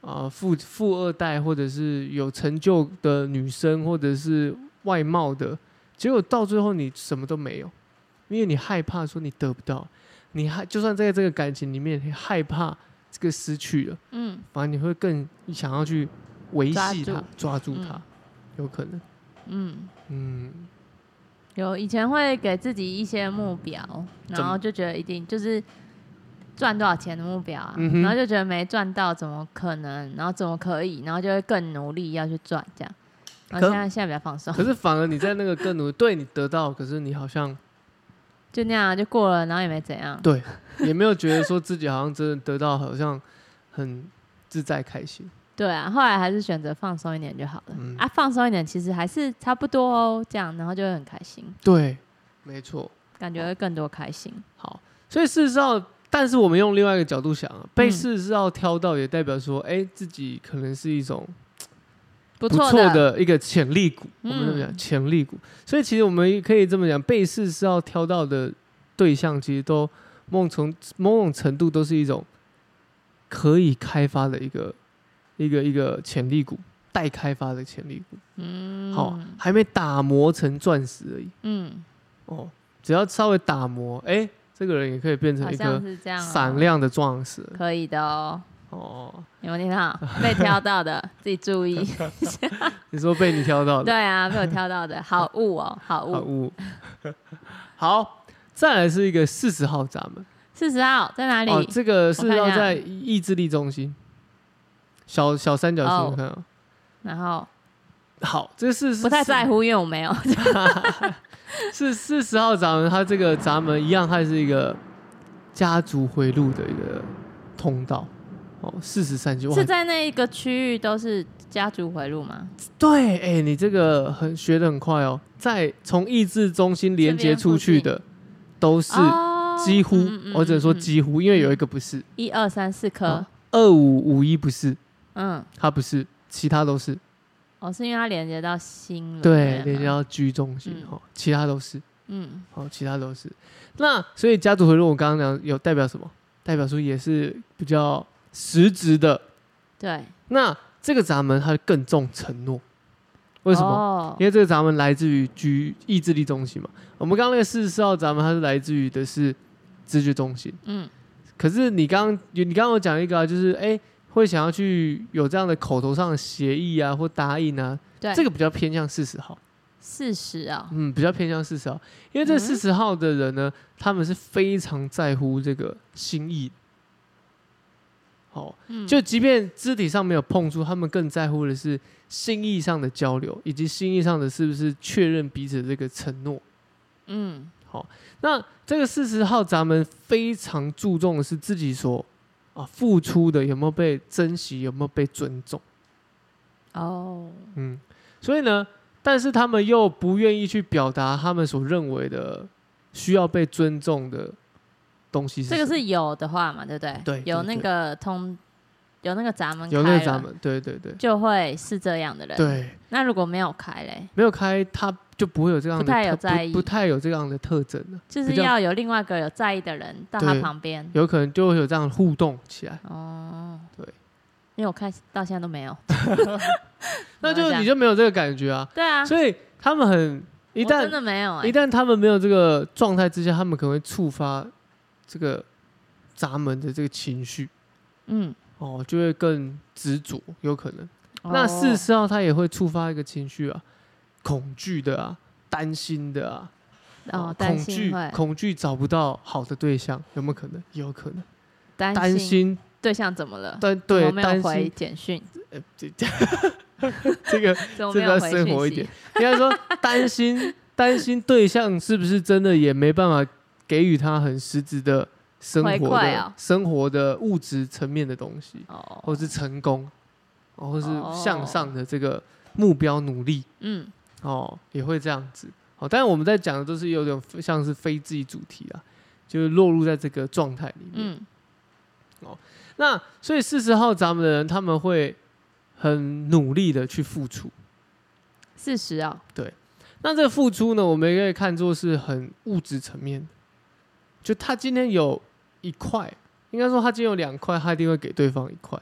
[SPEAKER 1] 啊、富富二代或者是有成就的女生或者是啊外貌的，结果到最后你什么都没有，因为你害怕说你得不到，你害就算在这个感情里面，你害怕这个失去了。
[SPEAKER 2] 嗯，
[SPEAKER 1] 反而你会更想要去维系它、抓住它，
[SPEAKER 2] 嗯
[SPEAKER 1] 有可能。
[SPEAKER 2] 嗯。
[SPEAKER 1] 嗯，
[SPEAKER 2] 有以前会给自己一些目标，
[SPEAKER 1] 怎
[SPEAKER 2] 然
[SPEAKER 1] 么
[SPEAKER 2] 后就觉得一定就是赚多少钱的目标啊，
[SPEAKER 1] 嗯哼
[SPEAKER 2] 然后就觉得没赚到怎么可能，然后怎么可以，然后就会更努力要去赚这样。然后
[SPEAKER 1] 可
[SPEAKER 2] 现在现在比较放松，
[SPEAKER 1] 可是反而你在那个更努力，对你得到，可是你好像
[SPEAKER 2] 就那样啊就过了，然后也没怎样。
[SPEAKER 1] 对 也没有觉得说自己好像真的得到，好像很自在开心。
[SPEAKER 2] 对啊，后来还是选择放松一点就好了。
[SPEAKER 1] 嗯
[SPEAKER 2] 啊，放松一点其实还是差不多哦，这样然后就会很开心，
[SPEAKER 1] 对，没错。
[SPEAKER 2] 感觉会更多开心。
[SPEAKER 1] 好，所以事实上，但是我们用另外一个角度想啊，被事实上挑到，也代表说，哎、自己可能是一种
[SPEAKER 2] 不
[SPEAKER 1] 不
[SPEAKER 2] 错
[SPEAKER 1] 错的一个潜力股，
[SPEAKER 2] 嗯
[SPEAKER 1] 我们这么讲潜力股。所以其实我们可以这么讲，被试是要挑到的对象，其实都某种某种程度都是一种可以开发的一个一个一个潜力股，待开发的潜力股。
[SPEAKER 2] 嗯，
[SPEAKER 1] 好、还没打磨成钻石而已
[SPEAKER 2] 嗯，
[SPEAKER 1] 哦，只要稍微打磨，哎、这个人也可以变成
[SPEAKER 2] 好
[SPEAKER 1] 一
[SPEAKER 2] 像
[SPEAKER 1] 颗
[SPEAKER 2] 是这样、哦，
[SPEAKER 1] 闪亮的钻石
[SPEAKER 2] 可以的哦。
[SPEAKER 1] 哦。
[SPEAKER 2] 有没有听到？ 被挑 到的自己注意。
[SPEAKER 1] 你说被你挑到的
[SPEAKER 2] 对。啊，被我挑 到的好物哦，好
[SPEAKER 1] 好
[SPEAKER 2] 物。
[SPEAKER 1] 物， 好，再来是一个四十号闸门。
[SPEAKER 2] 四十号在哪里？
[SPEAKER 1] 哦，这个
[SPEAKER 2] 我
[SPEAKER 1] 是
[SPEAKER 2] 看一
[SPEAKER 1] 要
[SPEAKER 2] 下
[SPEAKER 1] 在意志力中心，小小三角形，
[SPEAKER 2] 哦
[SPEAKER 1] 我看到。
[SPEAKER 2] 然后
[SPEAKER 1] 好，这是
[SPEAKER 2] 不太在乎，因为我没有。
[SPEAKER 1] 是四十号闸门，它这个闸门一样，它是一个家族回路的一个通道。哦，四十三级哇
[SPEAKER 2] 是，在那一个区域都是家族回路吗？
[SPEAKER 1] 对，哎、你这个很学的很快哦，在从意志中心连接出去的都是
[SPEAKER 2] 哦
[SPEAKER 1] 几乎，
[SPEAKER 2] 嗯嗯
[SPEAKER 1] 我只能说
[SPEAKER 2] 嗯嗯
[SPEAKER 1] 几乎，因为有一个不是，
[SPEAKER 2] 一二三四颗
[SPEAKER 1] 哦。二五五一不是，
[SPEAKER 2] 嗯，
[SPEAKER 1] 它不是，其他都是。
[SPEAKER 2] 哦，是因为它连接到心了。
[SPEAKER 1] 对，
[SPEAKER 2] 对
[SPEAKER 1] 连
[SPEAKER 2] 吗
[SPEAKER 1] 接。到居中心
[SPEAKER 2] 嗯
[SPEAKER 1] 哦，其他都是
[SPEAKER 2] 嗯，
[SPEAKER 1] 哦，其他都是。那所以家族回路，我刚刚讲有代表什么？代表说也是比较实质的。
[SPEAKER 2] 对，
[SPEAKER 1] 那这个闸门它更重承诺，为什么？
[SPEAKER 2] 么
[SPEAKER 1] 因为这个闸门来自于居意志力中心嘛。我们刚刚那个四十四号闸门，它是来自于的是直觉中心。
[SPEAKER 2] 嗯，
[SPEAKER 1] 可是你刚刚你刚刚有讲一个、啊，就是哎、会想要去有这样的口头上的协议啊，或答应啊，
[SPEAKER 2] 对，
[SPEAKER 1] 这个
[SPEAKER 2] 个
[SPEAKER 1] 比较偏向四十号，
[SPEAKER 2] 事实啊，
[SPEAKER 1] 嗯，比较偏向四十号，因为这
[SPEAKER 2] 嗯
[SPEAKER 1] 四十号的人呢，他们是非常在乎这个心意的。好、
[SPEAKER 2] 嗯
[SPEAKER 1] 就即便肢体上没有碰触，他们更在乎的是心意上的交流，以及心意上的是不是确认彼此的这个承诺。
[SPEAKER 2] 嗯
[SPEAKER 1] 那这个四十号闸门非常注重的是自己所啊付出的有没有被珍惜，有没有被尊重。
[SPEAKER 2] 哦，
[SPEAKER 1] 嗯，所以呢，但是他们又不愿意去表达他们所认为的需要被尊重的东西是
[SPEAKER 2] 这个
[SPEAKER 1] 什么
[SPEAKER 2] 是有的话嘛，对不对？
[SPEAKER 1] 对
[SPEAKER 2] 有
[SPEAKER 1] 对
[SPEAKER 2] 那
[SPEAKER 1] 对
[SPEAKER 2] 个通，有那个闸门，
[SPEAKER 1] 有那个闸，门，对对对
[SPEAKER 2] 就会是这样的人。，
[SPEAKER 1] 对，
[SPEAKER 2] 那如果没有开嘞，
[SPEAKER 1] 没有开他就不会有这样的
[SPEAKER 2] 不太有
[SPEAKER 1] 特
[SPEAKER 2] 在意
[SPEAKER 1] 不太有这样的特征啊了，
[SPEAKER 2] 就是
[SPEAKER 1] 比较
[SPEAKER 2] 要有另外一个有在意的人到他
[SPEAKER 1] 对
[SPEAKER 2] 旁边。
[SPEAKER 1] 有可能就会有这样的互动起来，
[SPEAKER 2] 哦，
[SPEAKER 1] 对，
[SPEAKER 2] 因为我看到现在都没有。
[SPEAKER 1] 那
[SPEAKER 2] 怎么
[SPEAKER 1] 就
[SPEAKER 2] 讲
[SPEAKER 1] 你就没有这个感觉啊，
[SPEAKER 2] 对啊，
[SPEAKER 1] 所以他们很一
[SPEAKER 2] 我
[SPEAKER 1] 旦
[SPEAKER 2] 真的没有哎、
[SPEAKER 1] 一旦他们没有这个状态之下，他们可能会触发这个闸门的这个情绪
[SPEAKER 2] 嗯，
[SPEAKER 1] 哦，就会更执着，有可能。那事
[SPEAKER 2] 哦
[SPEAKER 1] 实上，它也会触发一个情绪啊，恐惧的啊，担心的啊，
[SPEAKER 2] 哦，担
[SPEAKER 1] 恐
[SPEAKER 2] 心
[SPEAKER 1] 惧
[SPEAKER 2] 会
[SPEAKER 1] 恐惧找不到好的对象，有没有可能？有可能，
[SPEAKER 2] 担
[SPEAKER 1] 担心，
[SPEAKER 2] 对象怎么了？
[SPEAKER 1] 但
[SPEAKER 2] 怎么
[SPEAKER 1] 对，
[SPEAKER 2] 没
[SPEAKER 1] 担
[SPEAKER 2] 有回
[SPEAKER 1] 心，
[SPEAKER 2] 简讯，
[SPEAKER 1] 呃，这这 个
[SPEAKER 2] 怎
[SPEAKER 1] 这
[SPEAKER 2] 么没
[SPEAKER 1] 个
[SPEAKER 2] 有
[SPEAKER 1] 要
[SPEAKER 2] 回
[SPEAKER 1] 生活一
[SPEAKER 2] 讯息
[SPEAKER 1] 点？，应该说担心 担心对象是不是真的也没办法给予他很实质的生
[SPEAKER 2] 回
[SPEAKER 1] 活
[SPEAKER 2] 馈
[SPEAKER 1] 的、
[SPEAKER 2] 哦
[SPEAKER 1] 生活的物质层面的东西，
[SPEAKER 2] 哦，
[SPEAKER 1] 或是成功，哦或是
[SPEAKER 2] 哦
[SPEAKER 1] 向上的这个目标努力
[SPEAKER 2] 嗯，
[SPEAKER 1] 哦，也会这样子。哦，但是我们在讲的都是有点像是非自己主题啊，就是落入在这个状态里面。
[SPEAKER 2] 嗯
[SPEAKER 1] 那所以四十号咱们的人，他们会很努力的去付出。
[SPEAKER 2] 事实哦，
[SPEAKER 1] 那这个付出呢，我们也可以看作是很物质层面的，就他今天有一块，应该说他今天有两块，他一定会给对方一块。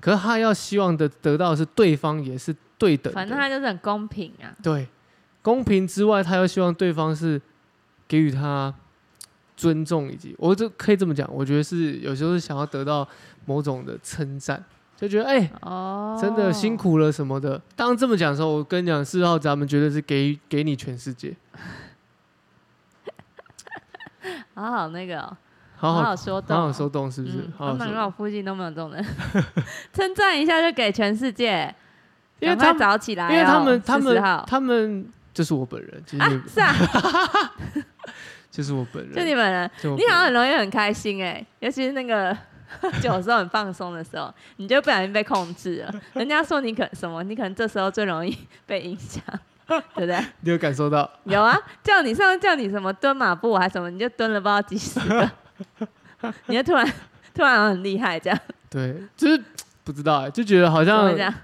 [SPEAKER 1] 可是他要希望的得到的是对方也是对等的，
[SPEAKER 2] 反正他就是很公平啊，
[SPEAKER 1] 对公平之外，他又希望对方是给予他尊重，以及我这可以这么讲，我觉得是有时候是想要得到某种的称赞，就觉得哎、
[SPEAKER 2] 哦，
[SPEAKER 1] 真的辛，苦了什么的。当这么讲的时候，我跟你讲，四号咱们绝对是给给你全世界，
[SPEAKER 2] 好好那个、哦，
[SPEAKER 1] 好好
[SPEAKER 2] 好说动、
[SPEAKER 1] 好好收，动，是不是？
[SPEAKER 2] 嗯，
[SPEAKER 1] 好好
[SPEAKER 2] 他
[SPEAKER 1] 收
[SPEAKER 2] 们
[SPEAKER 1] 动，
[SPEAKER 2] 我附近都没有这种人， 称赞一下就给全世界，
[SPEAKER 1] 因为
[SPEAKER 2] 赶快
[SPEAKER 1] 他们，
[SPEAKER 2] 早起来哦、
[SPEAKER 1] 因为他们，他
[SPEAKER 2] 40
[SPEAKER 1] 们，
[SPEAKER 2] 号
[SPEAKER 1] 他们就是我本人，其实
[SPEAKER 2] 啊
[SPEAKER 1] 你
[SPEAKER 2] 是啊，
[SPEAKER 1] 就是我本
[SPEAKER 2] 就
[SPEAKER 1] 人，
[SPEAKER 2] 你们人，
[SPEAKER 1] 就我
[SPEAKER 2] 你
[SPEAKER 1] 本
[SPEAKER 2] 好
[SPEAKER 1] 人
[SPEAKER 2] 像很容易很开心哎、尤其是那个 就有时候很放松的时候，你就不小心被控制了。人家说你可什么，你可能这时候最容易被影响， 对不对？
[SPEAKER 1] 你有感受到？
[SPEAKER 2] 有啊，叫你上次叫你什么蹲马步还是什么，你就蹲了不知道几十个， 你就突然突然很厉害这样，
[SPEAKER 1] 对，就是不知道、欸，就觉得好
[SPEAKER 2] 怎么
[SPEAKER 1] 像
[SPEAKER 2] 会这，样？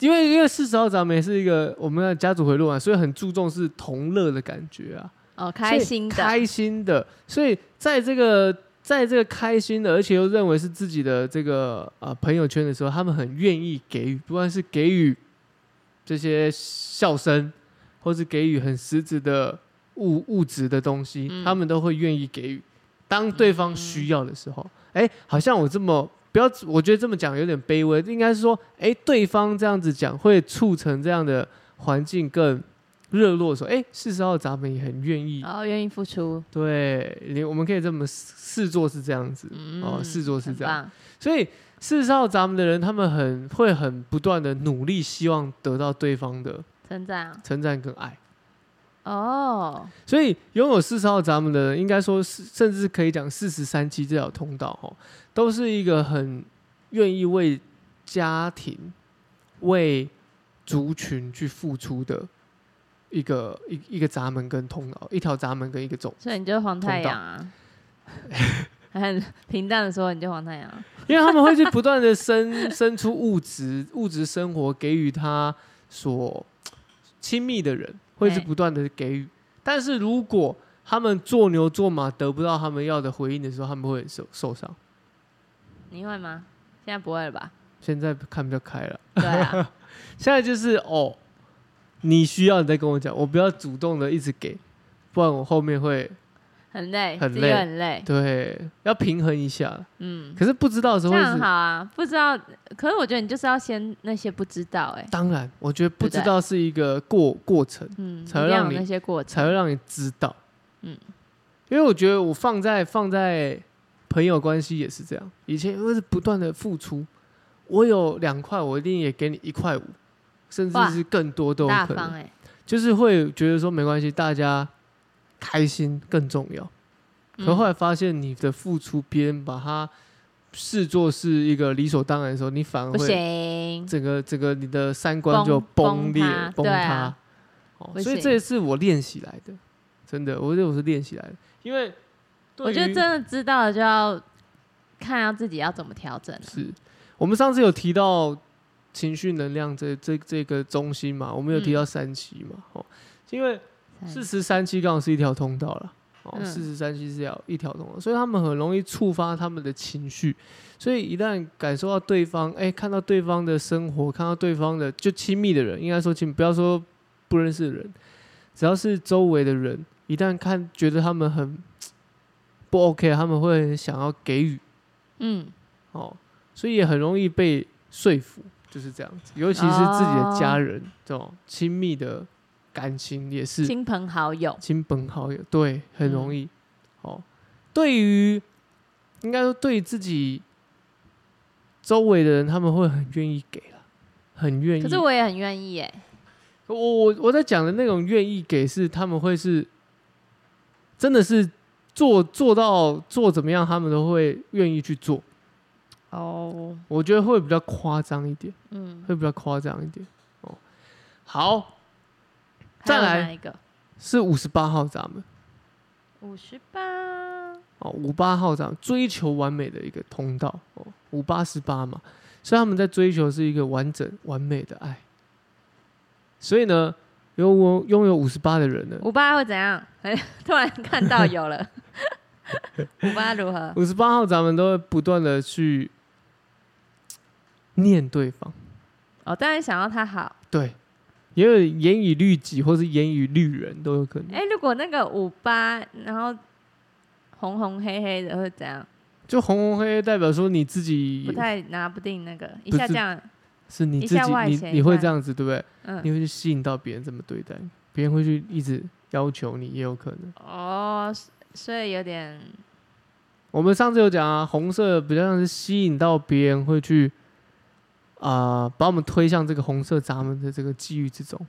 [SPEAKER 1] 因为因为四十号咱们也是一个我们的家族回路啊，所以很注重是同乐的感觉啊。
[SPEAKER 2] 哦，开心的，
[SPEAKER 1] 开心的。所以在这个在这个开心的，而且又认为是自己的这个呃朋友圈的时候，他们很愿意给予，不管是给予这些笑声，或是给予很实质的物物质的东西，
[SPEAKER 2] 嗯
[SPEAKER 1] 他们都会愿意给予。当对方需要的时候，哎、好像我这么。不要，我觉得这么讲有点卑微，应该是说，哎，对方这样子讲会促成这样的环境更热络的时候，哎，事实上咱们也很愿意
[SPEAKER 2] 然后哦愿意付出，
[SPEAKER 1] 对，你我们可以这么视视作是这样子，
[SPEAKER 2] 嗯，
[SPEAKER 1] 哦视作是这样
[SPEAKER 2] 很棒，
[SPEAKER 1] 所以事实上，咱们的人他们很会很不断的努力，希望得到对方的
[SPEAKER 2] 称赞啊
[SPEAKER 1] 称赞跟爱。
[SPEAKER 2] 哦，
[SPEAKER 1] 所以拥有四十号闸门的人，应该说是甚至可以讲四十三期这条通道哦，都是一个很愿意为家庭、为族群去付出的一个一一个闸门跟通道，一条闸门跟一个走。
[SPEAKER 2] 所以你就是黄太
[SPEAKER 1] 通道
[SPEAKER 2] 阳啊，很平淡的说你就黄太阳啊、
[SPEAKER 1] 因为他们会去不断的生 生出物质物质生活，给予他所亲密的人，会是
[SPEAKER 2] 哎
[SPEAKER 1] 不断的给予。但是如果他们做牛做马得不到他们要的回应的时候，他们会很受受伤。
[SPEAKER 2] 你会吗？现在不会了吧？
[SPEAKER 1] 现在看比较开了，
[SPEAKER 2] 对 啊，
[SPEAKER 1] 现在就是哦，你需要你再跟我讲，我不要主动的一直给，不然我后面会
[SPEAKER 2] 很累，
[SPEAKER 1] 很
[SPEAKER 2] 自己
[SPEAKER 1] 累
[SPEAKER 2] 也很累，
[SPEAKER 1] 对要平衡一下。
[SPEAKER 2] 嗯，
[SPEAKER 1] 可是不知道的时
[SPEAKER 2] 这
[SPEAKER 1] 候会
[SPEAKER 2] 样
[SPEAKER 1] 是
[SPEAKER 2] 很好啊。不知道，可是我觉得你就是要先那些不知道、哎，
[SPEAKER 1] 当然，我觉得不
[SPEAKER 2] 对不
[SPEAKER 1] 知
[SPEAKER 2] 对
[SPEAKER 1] 道是一个过过程，
[SPEAKER 2] 嗯，
[SPEAKER 1] 才
[SPEAKER 2] 一
[SPEAKER 1] 会
[SPEAKER 2] 定要
[SPEAKER 1] 让
[SPEAKER 2] 有
[SPEAKER 1] 你
[SPEAKER 2] 那些过程，
[SPEAKER 1] 才会让你知道。嗯
[SPEAKER 2] 嗯，
[SPEAKER 1] 因为我觉得我放在放在朋友关系也是这样，以前因为是不断的付出，我有两块，我一定也给你一块五，甚至
[SPEAKER 2] 哇
[SPEAKER 1] 是更多都有
[SPEAKER 2] 大
[SPEAKER 1] 可
[SPEAKER 2] 方、
[SPEAKER 1] 能，
[SPEAKER 2] 哎，
[SPEAKER 1] 就是会觉得说没关系，大家开心更重要。可
[SPEAKER 2] 嗯
[SPEAKER 1] 后来发现你的付出，别人把它视作是一个理所当然的时候，你反而
[SPEAKER 2] 不
[SPEAKER 1] 会
[SPEAKER 2] 行，
[SPEAKER 1] 整个整个你的三观
[SPEAKER 2] 崩
[SPEAKER 1] 就
[SPEAKER 2] 崩
[SPEAKER 1] 裂
[SPEAKER 2] 塌
[SPEAKER 1] 崩
[SPEAKER 2] 对
[SPEAKER 1] 塌
[SPEAKER 2] 啊。
[SPEAKER 1] 哦，
[SPEAKER 2] 不
[SPEAKER 1] 所以
[SPEAKER 2] 行
[SPEAKER 1] 这也是我练习来的，真的，我觉得我是练习来的，因为对
[SPEAKER 2] 我觉得
[SPEAKER 1] 于
[SPEAKER 2] 真的知道了就要看要自己要怎么调整了。
[SPEAKER 1] 是我们上次有提到情绪能量这这这个中心嘛，我们有提
[SPEAKER 2] 嗯
[SPEAKER 1] 到三期嘛，哦，因为
[SPEAKER 2] 才
[SPEAKER 1] 四十三期刚好是一条通道了。哦，
[SPEAKER 2] 嗯
[SPEAKER 1] 四十三期是条一条通道，所以他们很容易触发他们的情绪，所以一旦感受到对方，哎、看到对方的生活，看到对方的就亲密的人，应该说亲，不要说不认识的人，只要是周围的人，一旦看觉得他们很不 OK，他们会想要给予
[SPEAKER 2] 嗯，
[SPEAKER 1] 哦，所以也很容易被说服，就是这样子，尤其是自己的家人、这种亲密的感情也是，
[SPEAKER 2] 亲朋好友，
[SPEAKER 1] 亲朋好友，对，很
[SPEAKER 2] 嗯
[SPEAKER 1] 容易。哦，对于应该说对自己周围的人，他们会很愿意给啦，很愿意。
[SPEAKER 2] 可是我也很愿意哎、
[SPEAKER 1] 我我我在讲的那种愿意给是，他们会是真的是做做到做怎么样，他们都会愿意去做。
[SPEAKER 2] 哦，
[SPEAKER 1] 我觉得会比较夸张一点，
[SPEAKER 2] 嗯，
[SPEAKER 1] 会比较夸张一点。哦，好，
[SPEAKER 2] 还有
[SPEAKER 1] 再来
[SPEAKER 2] 哪一个？
[SPEAKER 1] 是五十八号闸门
[SPEAKER 2] 五十八，
[SPEAKER 1] 哦，五八号闸门追求完美的一个通道哦，五八十八嘛，所以他们在追求是一个完整完美的爱。所以呢，拥有拥有五十八的人呢，
[SPEAKER 2] 五八会怎样？ 哎，突然看到有了， 五八如何？
[SPEAKER 1] 五十八号咱们都会不断的去念对方，
[SPEAKER 2] 哦，当然想要他好。
[SPEAKER 1] 对，也有严以律己或是严以律人都有可能。
[SPEAKER 2] 哎、如果那个五八，然后红红黑黑的会怎样？
[SPEAKER 1] 就红红黑黑代表说你自己
[SPEAKER 2] 不太拿不定那个，一
[SPEAKER 1] 不
[SPEAKER 2] 下
[SPEAKER 1] 是
[SPEAKER 2] 这样，
[SPEAKER 1] 是你
[SPEAKER 2] 一
[SPEAKER 1] 自
[SPEAKER 2] 下
[SPEAKER 1] 己，
[SPEAKER 2] 外
[SPEAKER 1] 你
[SPEAKER 2] 显
[SPEAKER 1] 你
[SPEAKER 2] 一
[SPEAKER 1] 会
[SPEAKER 2] 下
[SPEAKER 1] 这样子对不对？你
[SPEAKER 2] 嗯，
[SPEAKER 1] 会去吸引到别人这么对待你，别人会去一直要求你，也有可能。
[SPEAKER 2] 哦，所以有点，
[SPEAKER 1] 我们上次有讲啊，红色比较像是吸引到别人会去啊、把我们推向这个红色闸门的这个机遇之中，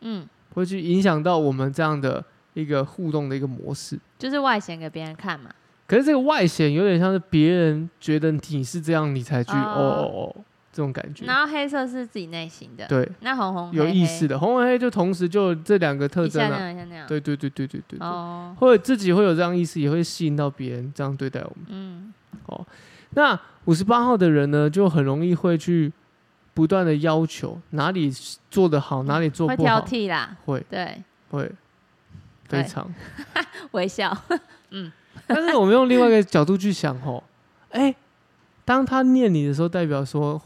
[SPEAKER 2] 嗯，
[SPEAKER 1] 会去影响到我们这样的一个互动的一个模式。
[SPEAKER 2] 就是外显给别人看嘛。
[SPEAKER 1] 可是这个外显有点像是别人觉得你是这样，你才去哦哦
[SPEAKER 2] 哦
[SPEAKER 1] 哦这种感觉。
[SPEAKER 2] 然后黑色是自己内心的，
[SPEAKER 1] 对，
[SPEAKER 2] 那红红黑
[SPEAKER 1] 有意
[SPEAKER 2] 黑
[SPEAKER 1] 思的红和黑就同时就这两个特
[SPEAKER 2] 一
[SPEAKER 1] 征
[SPEAKER 2] 下那
[SPEAKER 1] 啊。
[SPEAKER 2] 样一下那样。
[SPEAKER 1] 对对对对对对对。
[SPEAKER 2] 哦，
[SPEAKER 1] 或者自己会有这样意识，也会吸引到别人这样对待我们。
[SPEAKER 2] 嗯，
[SPEAKER 1] 那五十八号的人呢，就很容易会去不断的要求哪里做得好，哪里做
[SPEAKER 2] 会
[SPEAKER 1] 不好，
[SPEAKER 2] 挑剔啦，
[SPEAKER 1] 会
[SPEAKER 2] 对，
[SPEAKER 1] 会非常。
[SPEAKER 2] 微笑，
[SPEAKER 1] 但是我们用另外一个角度去想哦，哎、当他念你的时候，代表说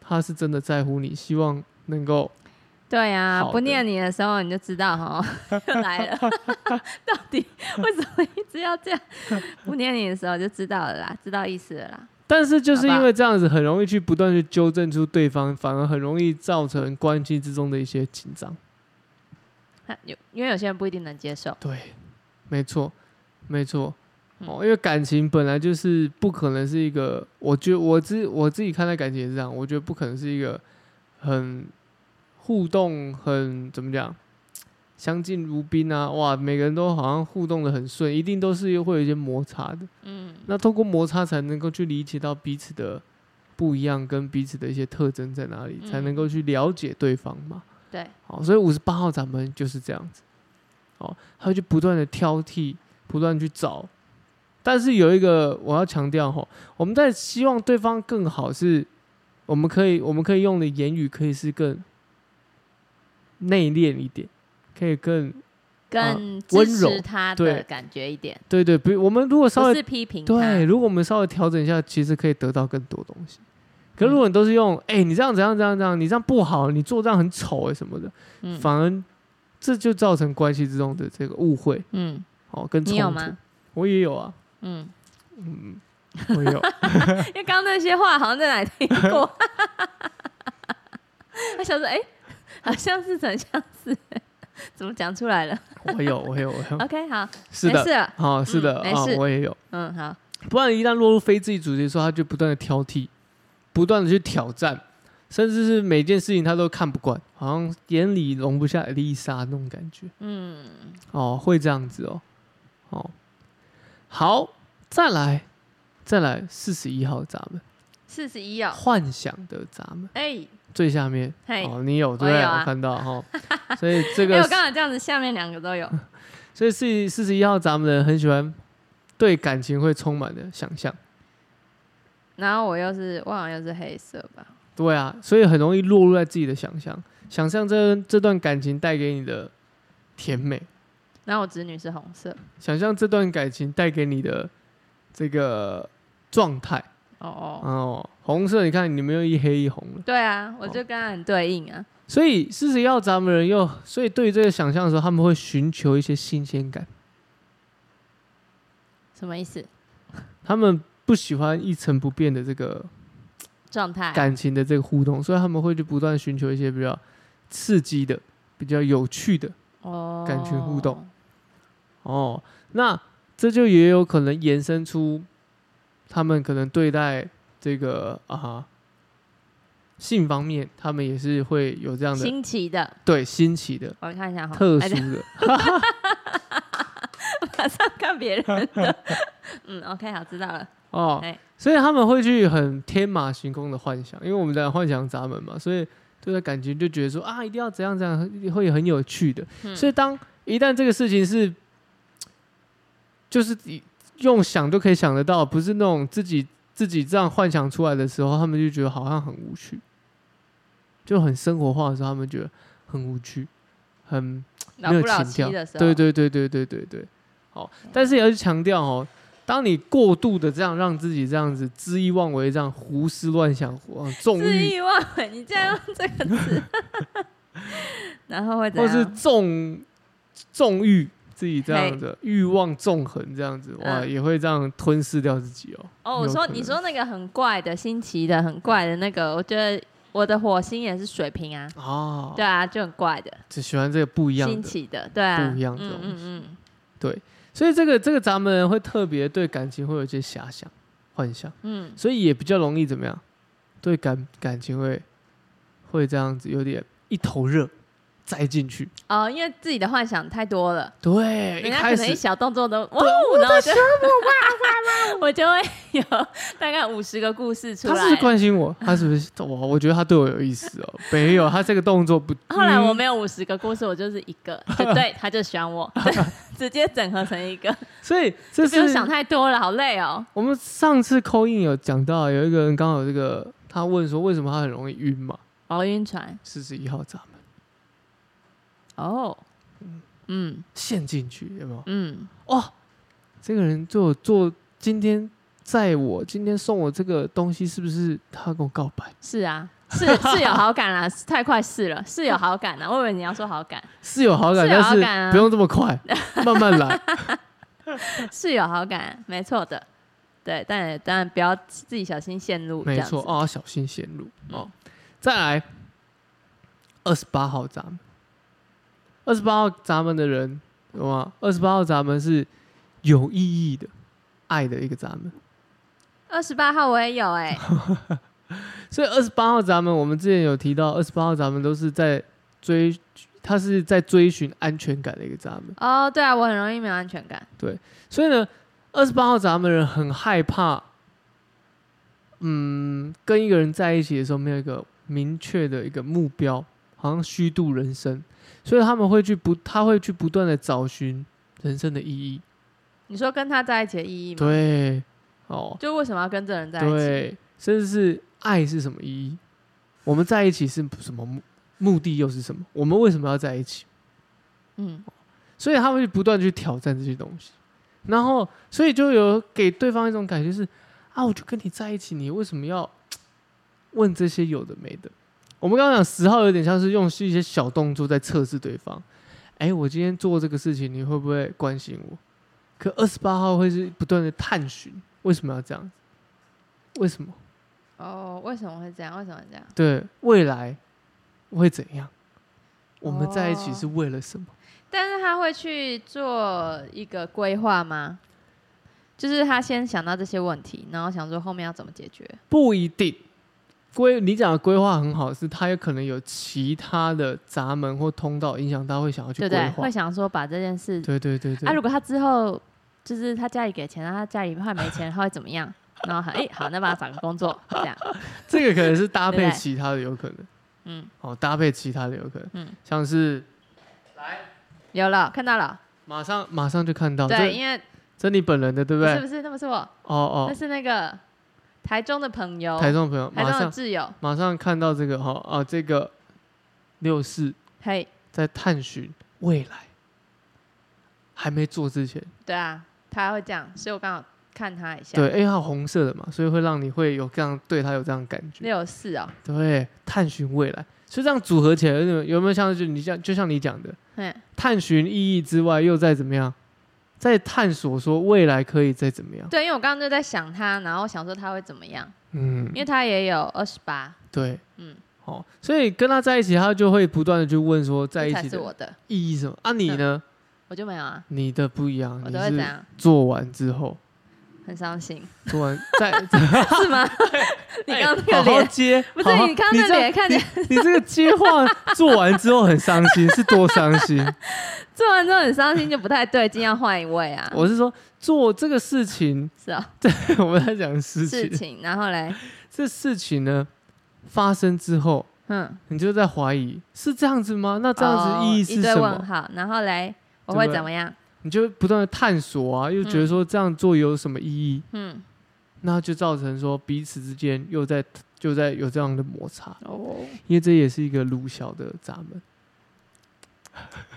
[SPEAKER 1] 他是真的在乎你，希望能够
[SPEAKER 2] 对啊，
[SPEAKER 1] 好
[SPEAKER 2] 不
[SPEAKER 1] 的
[SPEAKER 2] 念你的时候你就知道哈， 又来 了，到底为什么一直要这样？不念你的时候就知道了啦，知道意思了啦。
[SPEAKER 1] 但是就是因
[SPEAKER 2] 好
[SPEAKER 1] 为
[SPEAKER 2] 吧
[SPEAKER 1] 这样子，很容易去不断去纠正出对方，反而很容易造成关系之中的一些紧张。
[SPEAKER 2] 他有，因为有些人不一定能接受，
[SPEAKER 1] 对，没错，没错。
[SPEAKER 2] 嗯
[SPEAKER 1] 哦，因为感情本来就是不可能是一个，我觉得我自我自己看待感情也是这样，我觉得不可能是一个很互动很怎么讲，相敬如宾啊，哇，每个人都好像互动的很顺，一定都是会有一些摩擦的。
[SPEAKER 2] 嗯，
[SPEAKER 1] 那通过摩擦才能够去理解到彼此的不一样，跟彼此的一些特征在哪里，才能够去了解对方嘛。
[SPEAKER 2] 对，
[SPEAKER 1] 好，所以五十八号咱们就是这样子，哦，他会去不断的挑剔，不断地去找，但是有一个我要强调吼，我们在希望对方更好是，我们可以我们可以用的言语可以是更内敛一点，可以更
[SPEAKER 2] 更
[SPEAKER 1] 啊温
[SPEAKER 2] 支持
[SPEAKER 1] 柔
[SPEAKER 2] 他
[SPEAKER 1] 对
[SPEAKER 2] 的感觉一点，
[SPEAKER 1] 对对，比我们如果稍
[SPEAKER 2] 不
[SPEAKER 1] 微
[SPEAKER 2] 是批评
[SPEAKER 1] 对，
[SPEAKER 2] 他。
[SPEAKER 1] 如果我们稍微调整一下，其实可以得到更多东西。
[SPEAKER 2] 嗯
[SPEAKER 1] 可如果你都是用，哎、你这样怎样怎样怎样，你这样不好，你做这样很丑哎、什么的，
[SPEAKER 2] 嗯
[SPEAKER 1] 反而这就造成关系之中的这个误会
[SPEAKER 2] 嗯，
[SPEAKER 1] 哦，跟冲
[SPEAKER 2] 你
[SPEAKER 1] 突。
[SPEAKER 2] 有吗？
[SPEAKER 1] 我也有啊，
[SPEAKER 2] 嗯，
[SPEAKER 1] 嗯，我也有。
[SPEAKER 2] 因为刚刚那些话好像在哪里听过， 他想说，哎、好像是很像是， 怎么讲出来了
[SPEAKER 1] 我有，我有，我 有，
[SPEAKER 2] ？OK，好，
[SPEAKER 1] 嗯是的
[SPEAKER 2] 没，事了，
[SPEAKER 1] 好、是的，
[SPEAKER 2] 嗯
[SPEAKER 1] 啊、
[SPEAKER 2] 没事
[SPEAKER 1] 我也有。
[SPEAKER 2] 嗯，好，
[SPEAKER 1] 不然一旦落入非自己主题的时候，他就不断的挑剔，不断的去挑战，甚至是每件事情他都看不惯，好像眼里容不下艾丽莎那种感觉。
[SPEAKER 2] 嗯，
[SPEAKER 1] 哦，会这样子哦，哦，好，再来，再来，四十一号闸门，
[SPEAKER 2] 四十一哦，
[SPEAKER 1] 幻想的闸门
[SPEAKER 2] 哎、
[SPEAKER 1] 最下面。
[SPEAKER 2] 嘿，哎、
[SPEAKER 1] 哦，你有对不对？
[SPEAKER 2] 我有啊哎
[SPEAKER 1] 我看到 哈、哦，所以这个嗯
[SPEAKER 2] 我刚好这样子，下面两个都有，
[SPEAKER 1] 所以四四十一号咱们人很喜欢对感情会充满的想象，
[SPEAKER 2] 然后我又是，我好像又是黑色吧，
[SPEAKER 1] 对啊，所以很容易落入在自己的想象，想象这这段感情带给你的甜美，
[SPEAKER 2] 然后我侄女是红色，
[SPEAKER 1] 想象这段感情带给你的这个状态
[SPEAKER 2] 哦哦，
[SPEAKER 1] 哦。红色，你看你们又一黑一红了，
[SPEAKER 2] 对啊，
[SPEAKER 1] 哦
[SPEAKER 2] 我就跟他很对应啊，
[SPEAKER 1] 所以四十一号咱们人又，所以对于这个想象的时候，他们会寻求一些新鲜感，
[SPEAKER 2] 什么意思？
[SPEAKER 1] 他们不喜欢一成不变的这个
[SPEAKER 2] 状态
[SPEAKER 1] 感情的这个互动，所以他们会去不断寻求一些比较刺激的、比较有趣的
[SPEAKER 2] 哦，
[SPEAKER 1] 感情互动，哦。那这就也有可能延伸出他们可能对待这个啊性方面，他们也是会有这样的
[SPEAKER 2] 新奇的，
[SPEAKER 1] 对新奇的、
[SPEAKER 2] 我看一下哈，
[SPEAKER 1] 特
[SPEAKER 2] 哎
[SPEAKER 1] 殊
[SPEAKER 2] 对
[SPEAKER 1] 的。
[SPEAKER 2] 马上看别人 的，嗯，OK，好，知道了，
[SPEAKER 1] 哦
[SPEAKER 2] 哎，
[SPEAKER 1] 所以他们会去很天马行空的幻想，因为我们在幻想闸门嘛，所以对他感情就觉得说啊，一定要怎样怎样，会很有趣的。
[SPEAKER 2] 嗯
[SPEAKER 1] 所以当一旦这个事情是，就是以用想都可以想得到，不是那种自己自己这样幻想出来的时候，他们就觉得好像很无趣，就很生活化的时候，他们觉得很无趣，很
[SPEAKER 2] 老
[SPEAKER 1] 没有
[SPEAKER 2] 夫老
[SPEAKER 1] 情调
[SPEAKER 2] 妻的时候，
[SPEAKER 1] 对对对对对对对，好，但是也要去强调哦，当你过度的这样让自己这样子恣意妄为，这样胡思乱想、呃纵
[SPEAKER 2] 恣
[SPEAKER 1] 欲，
[SPEAKER 2] 意妄为， 你竟然用这个 词， 然后会怎
[SPEAKER 1] 或
[SPEAKER 2] 样？
[SPEAKER 1] 是纵纵欲，自己这样子欲望纵横这样子，哇，
[SPEAKER 2] 嗯
[SPEAKER 1] 也会这样吞噬掉自己哦。
[SPEAKER 2] 哦，我
[SPEAKER 1] 有
[SPEAKER 2] 说
[SPEAKER 1] 可
[SPEAKER 2] 你
[SPEAKER 1] 能
[SPEAKER 2] 说那个很怪的、新奇的、很怪的那个，我觉得我的火星也是水瓶啊，
[SPEAKER 1] 哦，
[SPEAKER 2] 对啊，就很怪的、
[SPEAKER 1] 只喜欢这个不一样
[SPEAKER 2] 新
[SPEAKER 1] 的，
[SPEAKER 2] 奇的，对啊，
[SPEAKER 1] 不一样的
[SPEAKER 2] 嗯
[SPEAKER 1] 东
[SPEAKER 2] 嗯
[SPEAKER 1] 西
[SPEAKER 2] 嗯
[SPEAKER 1] 所以这个这个咱们人会特别对感情会有一些遐想、幻想，
[SPEAKER 2] 嗯，
[SPEAKER 1] 所以也比较容易怎么样，对感感情会会这样子有点一头热，栽进去。
[SPEAKER 2] 哦，因为自己的幻想太多了，
[SPEAKER 1] 对，哎一
[SPEAKER 2] 人家
[SPEAKER 1] 开
[SPEAKER 2] 可能一
[SPEAKER 1] 始
[SPEAKER 2] 小动作都哇哦，然后我就 我就会有大概五十个故事出
[SPEAKER 1] 他是不是
[SPEAKER 2] 来。
[SPEAKER 1] 关心我，他是不是我？我觉得他对我有意思哦。没有，他这个动作不。
[SPEAKER 2] 后来我
[SPEAKER 1] 嗯
[SPEAKER 2] 没有五十个故事，我就是一个， 就对，他就喜欢我，直接整合成一个，
[SPEAKER 1] 所以这
[SPEAKER 2] 不用
[SPEAKER 1] 是
[SPEAKER 2] 想太多了，好累哦。
[SPEAKER 1] 我们上次扣印有讲到，有一个人刚好有这个，他问说为什么他很容易晕嘛？
[SPEAKER 2] 哦，晕船
[SPEAKER 1] 四十一号闸门
[SPEAKER 2] 哦，嗯
[SPEAKER 1] 陷进去，有没有？
[SPEAKER 2] 嗯，
[SPEAKER 1] 哇，这个人对我做今天载我，今天送我这个东西，是不是他跟我告白？
[SPEAKER 2] 是啊，是是有好感啦， 太快是了，是有好感啦。我以为你要说好感，
[SPEAKER 1] 是有好感，
[SPEAKER 2] 是有好感
[SPEAKER 1] 但
[SPEAKER 2] 啊
[SPEAKER 1] 是不用这么快，慢慢来。
[SPEAKER 2] 是有好感，没错的。对，但也当然不要自己小心陷入，
[SPEAKER 1] 没
[SPEAKER 2] 这样
[SPEAKER 1] 错
[SPEAKER 2] 子，嗯
[SPEAKER 1] 哦，要小心陷入哦。再来，二十八号闸门，二十八号闸门的人有吗？二十八号闸门是有意义的爱的一个闸门，
[SPEAKER 2] 二十八号我也有哎、
[SPEAKER 1] 所以二十八号闸门，我们之前有提到，二十八号闸门都是在追，它是在追寻安全感的一个闸门。
[SPEAKER 2] 哦，对啊，我很容易没有安全感。
[SPEAKER 1] 所以呢，二十八号闸门人很害怕，嗯，跟一个人在一起的时候没有一个明确的一个目标，好像虚度人生，所以他们会去不，他会去不断的找寻人生的意义。
[SPEAKER 2] 你说跟他在一起的意义吗？
[SPEAKER 1] 对，哦，
[SPEAKER 2] 就为什么要跟这人在一起？
[SPEAKER 1] 对，甚至是爱是什么意义？我们在一起是什么目目的又是什么？我们为什么要在一起？
[SPEAKER 2] 嗯，
[SPEAKER 1] 所以他会不断地去挑战这些东西，然后所以就有给对方一种感觉是啊，我就跟你在一起，你为什么要问这些有的没的？我们刚刚讲十号有点像是用一些小动作在测试对方，哎，我今天做这个事情，你会不会关心我？可二十八号会是不断的探寻，为什么要这样子？为什么？
[SPEAKER 2] 哦，为什么会这样？为什么会这样？
[SPEAKER 1] 对未来会怎样？我们在一起
[SPEAKER 2] 哦
[SPEAKER 1] 是为了什么？
[SPEAKER 2] 但是他会去做一个规划吗？就是他先想到这些问题，然后想说后面要怎么解决。
[SPEAKER 1] 不一定。规你讲的规划很好，是他有可能有其他的闸门或通道影响他会想要去
[SPEAKER 2] 对不
[SPEAKER 1] 规
[SPEAKER 2] 对？
[SPEAKER 1] 划
[SPEAKER 2] 会。想说把这件事，
[SPEAKER 1] 对对对对。
[SPEAKER 2] 啊，如果他之后就是他家里给钱，然后他家里后来没钱，他会怎么样？ 然后他哎、好，那帮他找个工作，这样，
[SPEAKER 1] 这个可能是搭
[SPEAKER 2] 对
[SPEAKER 1] 配
[SPEAKER 2] 不对
[SPEAKER 1] 其他的有可能。
[SPEAKER 2] 嗯，
[SPEAKER 1] 哦，搭配其他的有可能。
[SPEAKER 2] 嗯
[SPEAKER 1] 像是
[SPEAKER 2] 有了，看到了，
[SPEAKER 1] 马上马上就看到，
[SPEAKER 2] 对，
[SPEAKER 1] 这
[SPEAKER 2] 因为
[SPEAKER 1] 这你本人的对不
[SPEAKER 2] 不
[SPEAKER 1] 对？
[SPEAKER 2] 是不是，那不是我，那
[SPEAKER 1] 哦
[SPEAKER 2] 是那个台中的朋友
[SPEAKER 1] 哦，，台中朋友
[SPEAKER 2] 台
[SPEAKER 1] 马
[SPEAKER 2] 中的
[SPEAKER 1] 上
[SPEAKER 2] 挚友，
[SPEAKER 1] 马上看到这个哈啊、这个六四
[SPEAKER 2] 嘿，
[SPEAKER 1] 在探寻未来，还没做之前，
[SPEAKER 2] 对啊，他会这样，所以我刚好看他一下，
[SPEAKER 1] 对，因为它红色的嘛，所以会让你会有这样对它有这样的感觉，
[SPEAKER 2] 六四哦，
[SPEAKER 1] 对，探寻未来，所以这样组合起来有没有有没有像就你像就像你讲的，
[SPEAKER 2] 嗯，
[SPEAKER 1] 探寻意义之外，又在怎么样，在探索说未来可以再怎么样，
[SPEAKER 2] 对，因为我刚刚就在想他，然后想说他会怎么样，
[SPEAKER 1] 嗯
[SPEAKER 2] 因，为他也有二十八，
[SPEAKER 1] 对，
[SPEAKER 2] 嗯，
[SPEAKER 1] 哦，所以跟他在一起，他就会不断的去问说在
[SPEAKER 2] 这
[SPEAKER 1] 一
[SPEAKER 2] 才
[SPEAKER 1] 起
[SPEAKER 2] 是我
[SPEAKER 1] 的
[SPEAKER 2] 的，
[SPEAKER 1] 意义是什么啊？你呢？
[SPEAKER 2] 我就没有啊，
[SPEAKER 1] 你的不一样，嗯
[SPEAKER 2] 我
[SPEAKER 1] 你
[SPEAKER 2] 都会怎
[SPEAKER 1] 是
[SPEAKER 2] 样，
[SPEAKER 1] 做完之后，
[SPEAKER 2] 很伤心，
[SPEAKER 1] 做完 再
[SPEAKER 2] 是 吗？ 你刚刚那
[SPEAKER 1] 哎好
[SPEAKER 2] 个
[SPEAKER 1] 好
[SPEAKER 2] 脸。
[SPEAKER 1] 接，
[SPEAKER 2] 不是
[SPEAKER 1] 好好
[SPEAKER 2] 你刚刚那
[SPEAKER 1] 这样
[SPEAKER 2] 脸看起来
[SPEAKER 1] 你这个接话做完之后很伤心，是多伤心？
[SPEAKER 2] 做完之后很伤心，就不太对劲，要换一位啊。
[SPEAKER 1] 我是说做这个事情，
[SPEAKER 2] 是哦，
[SPEAKER 1] 我们在讲事
[SPEAKER 2] 事
[SPEAKER 1] 情，
[SPEAKER 2] 情，然后嘞，
[SPEAKER 1] 这事情呢发生之后，
[SPEAKER 2] 嗯，
[SPEAKER 1] 你就在怀疑是这样子吗？那这样
[SPEAKER 2] 哦
[SPEAKER 1] 子意义
[SPEAKER 2] 一
[SPEAKER 1] 是
[SPEAKER 2] 堆
[SPEAKER 1] 什么？
[SPEAKER 2] 问号，然后嘞，我
[SPEAKER 1] 对不
[SPEAKER 2] 会
[SPEAKER 1] 对
[SPEAKER 2] 怎么样？
[SPEAKER 1] 你就不断的探索啊，又觉得说这样做有什么意义？
[SPEAKER 2] 嗯，
[SPEAKER 1] 那就造成说彼此之间又在就在有这样的摩擦，
[SPEAKER 2] 哦，
[SPEAKER 1] 因为这也是一个鲁小的闸门。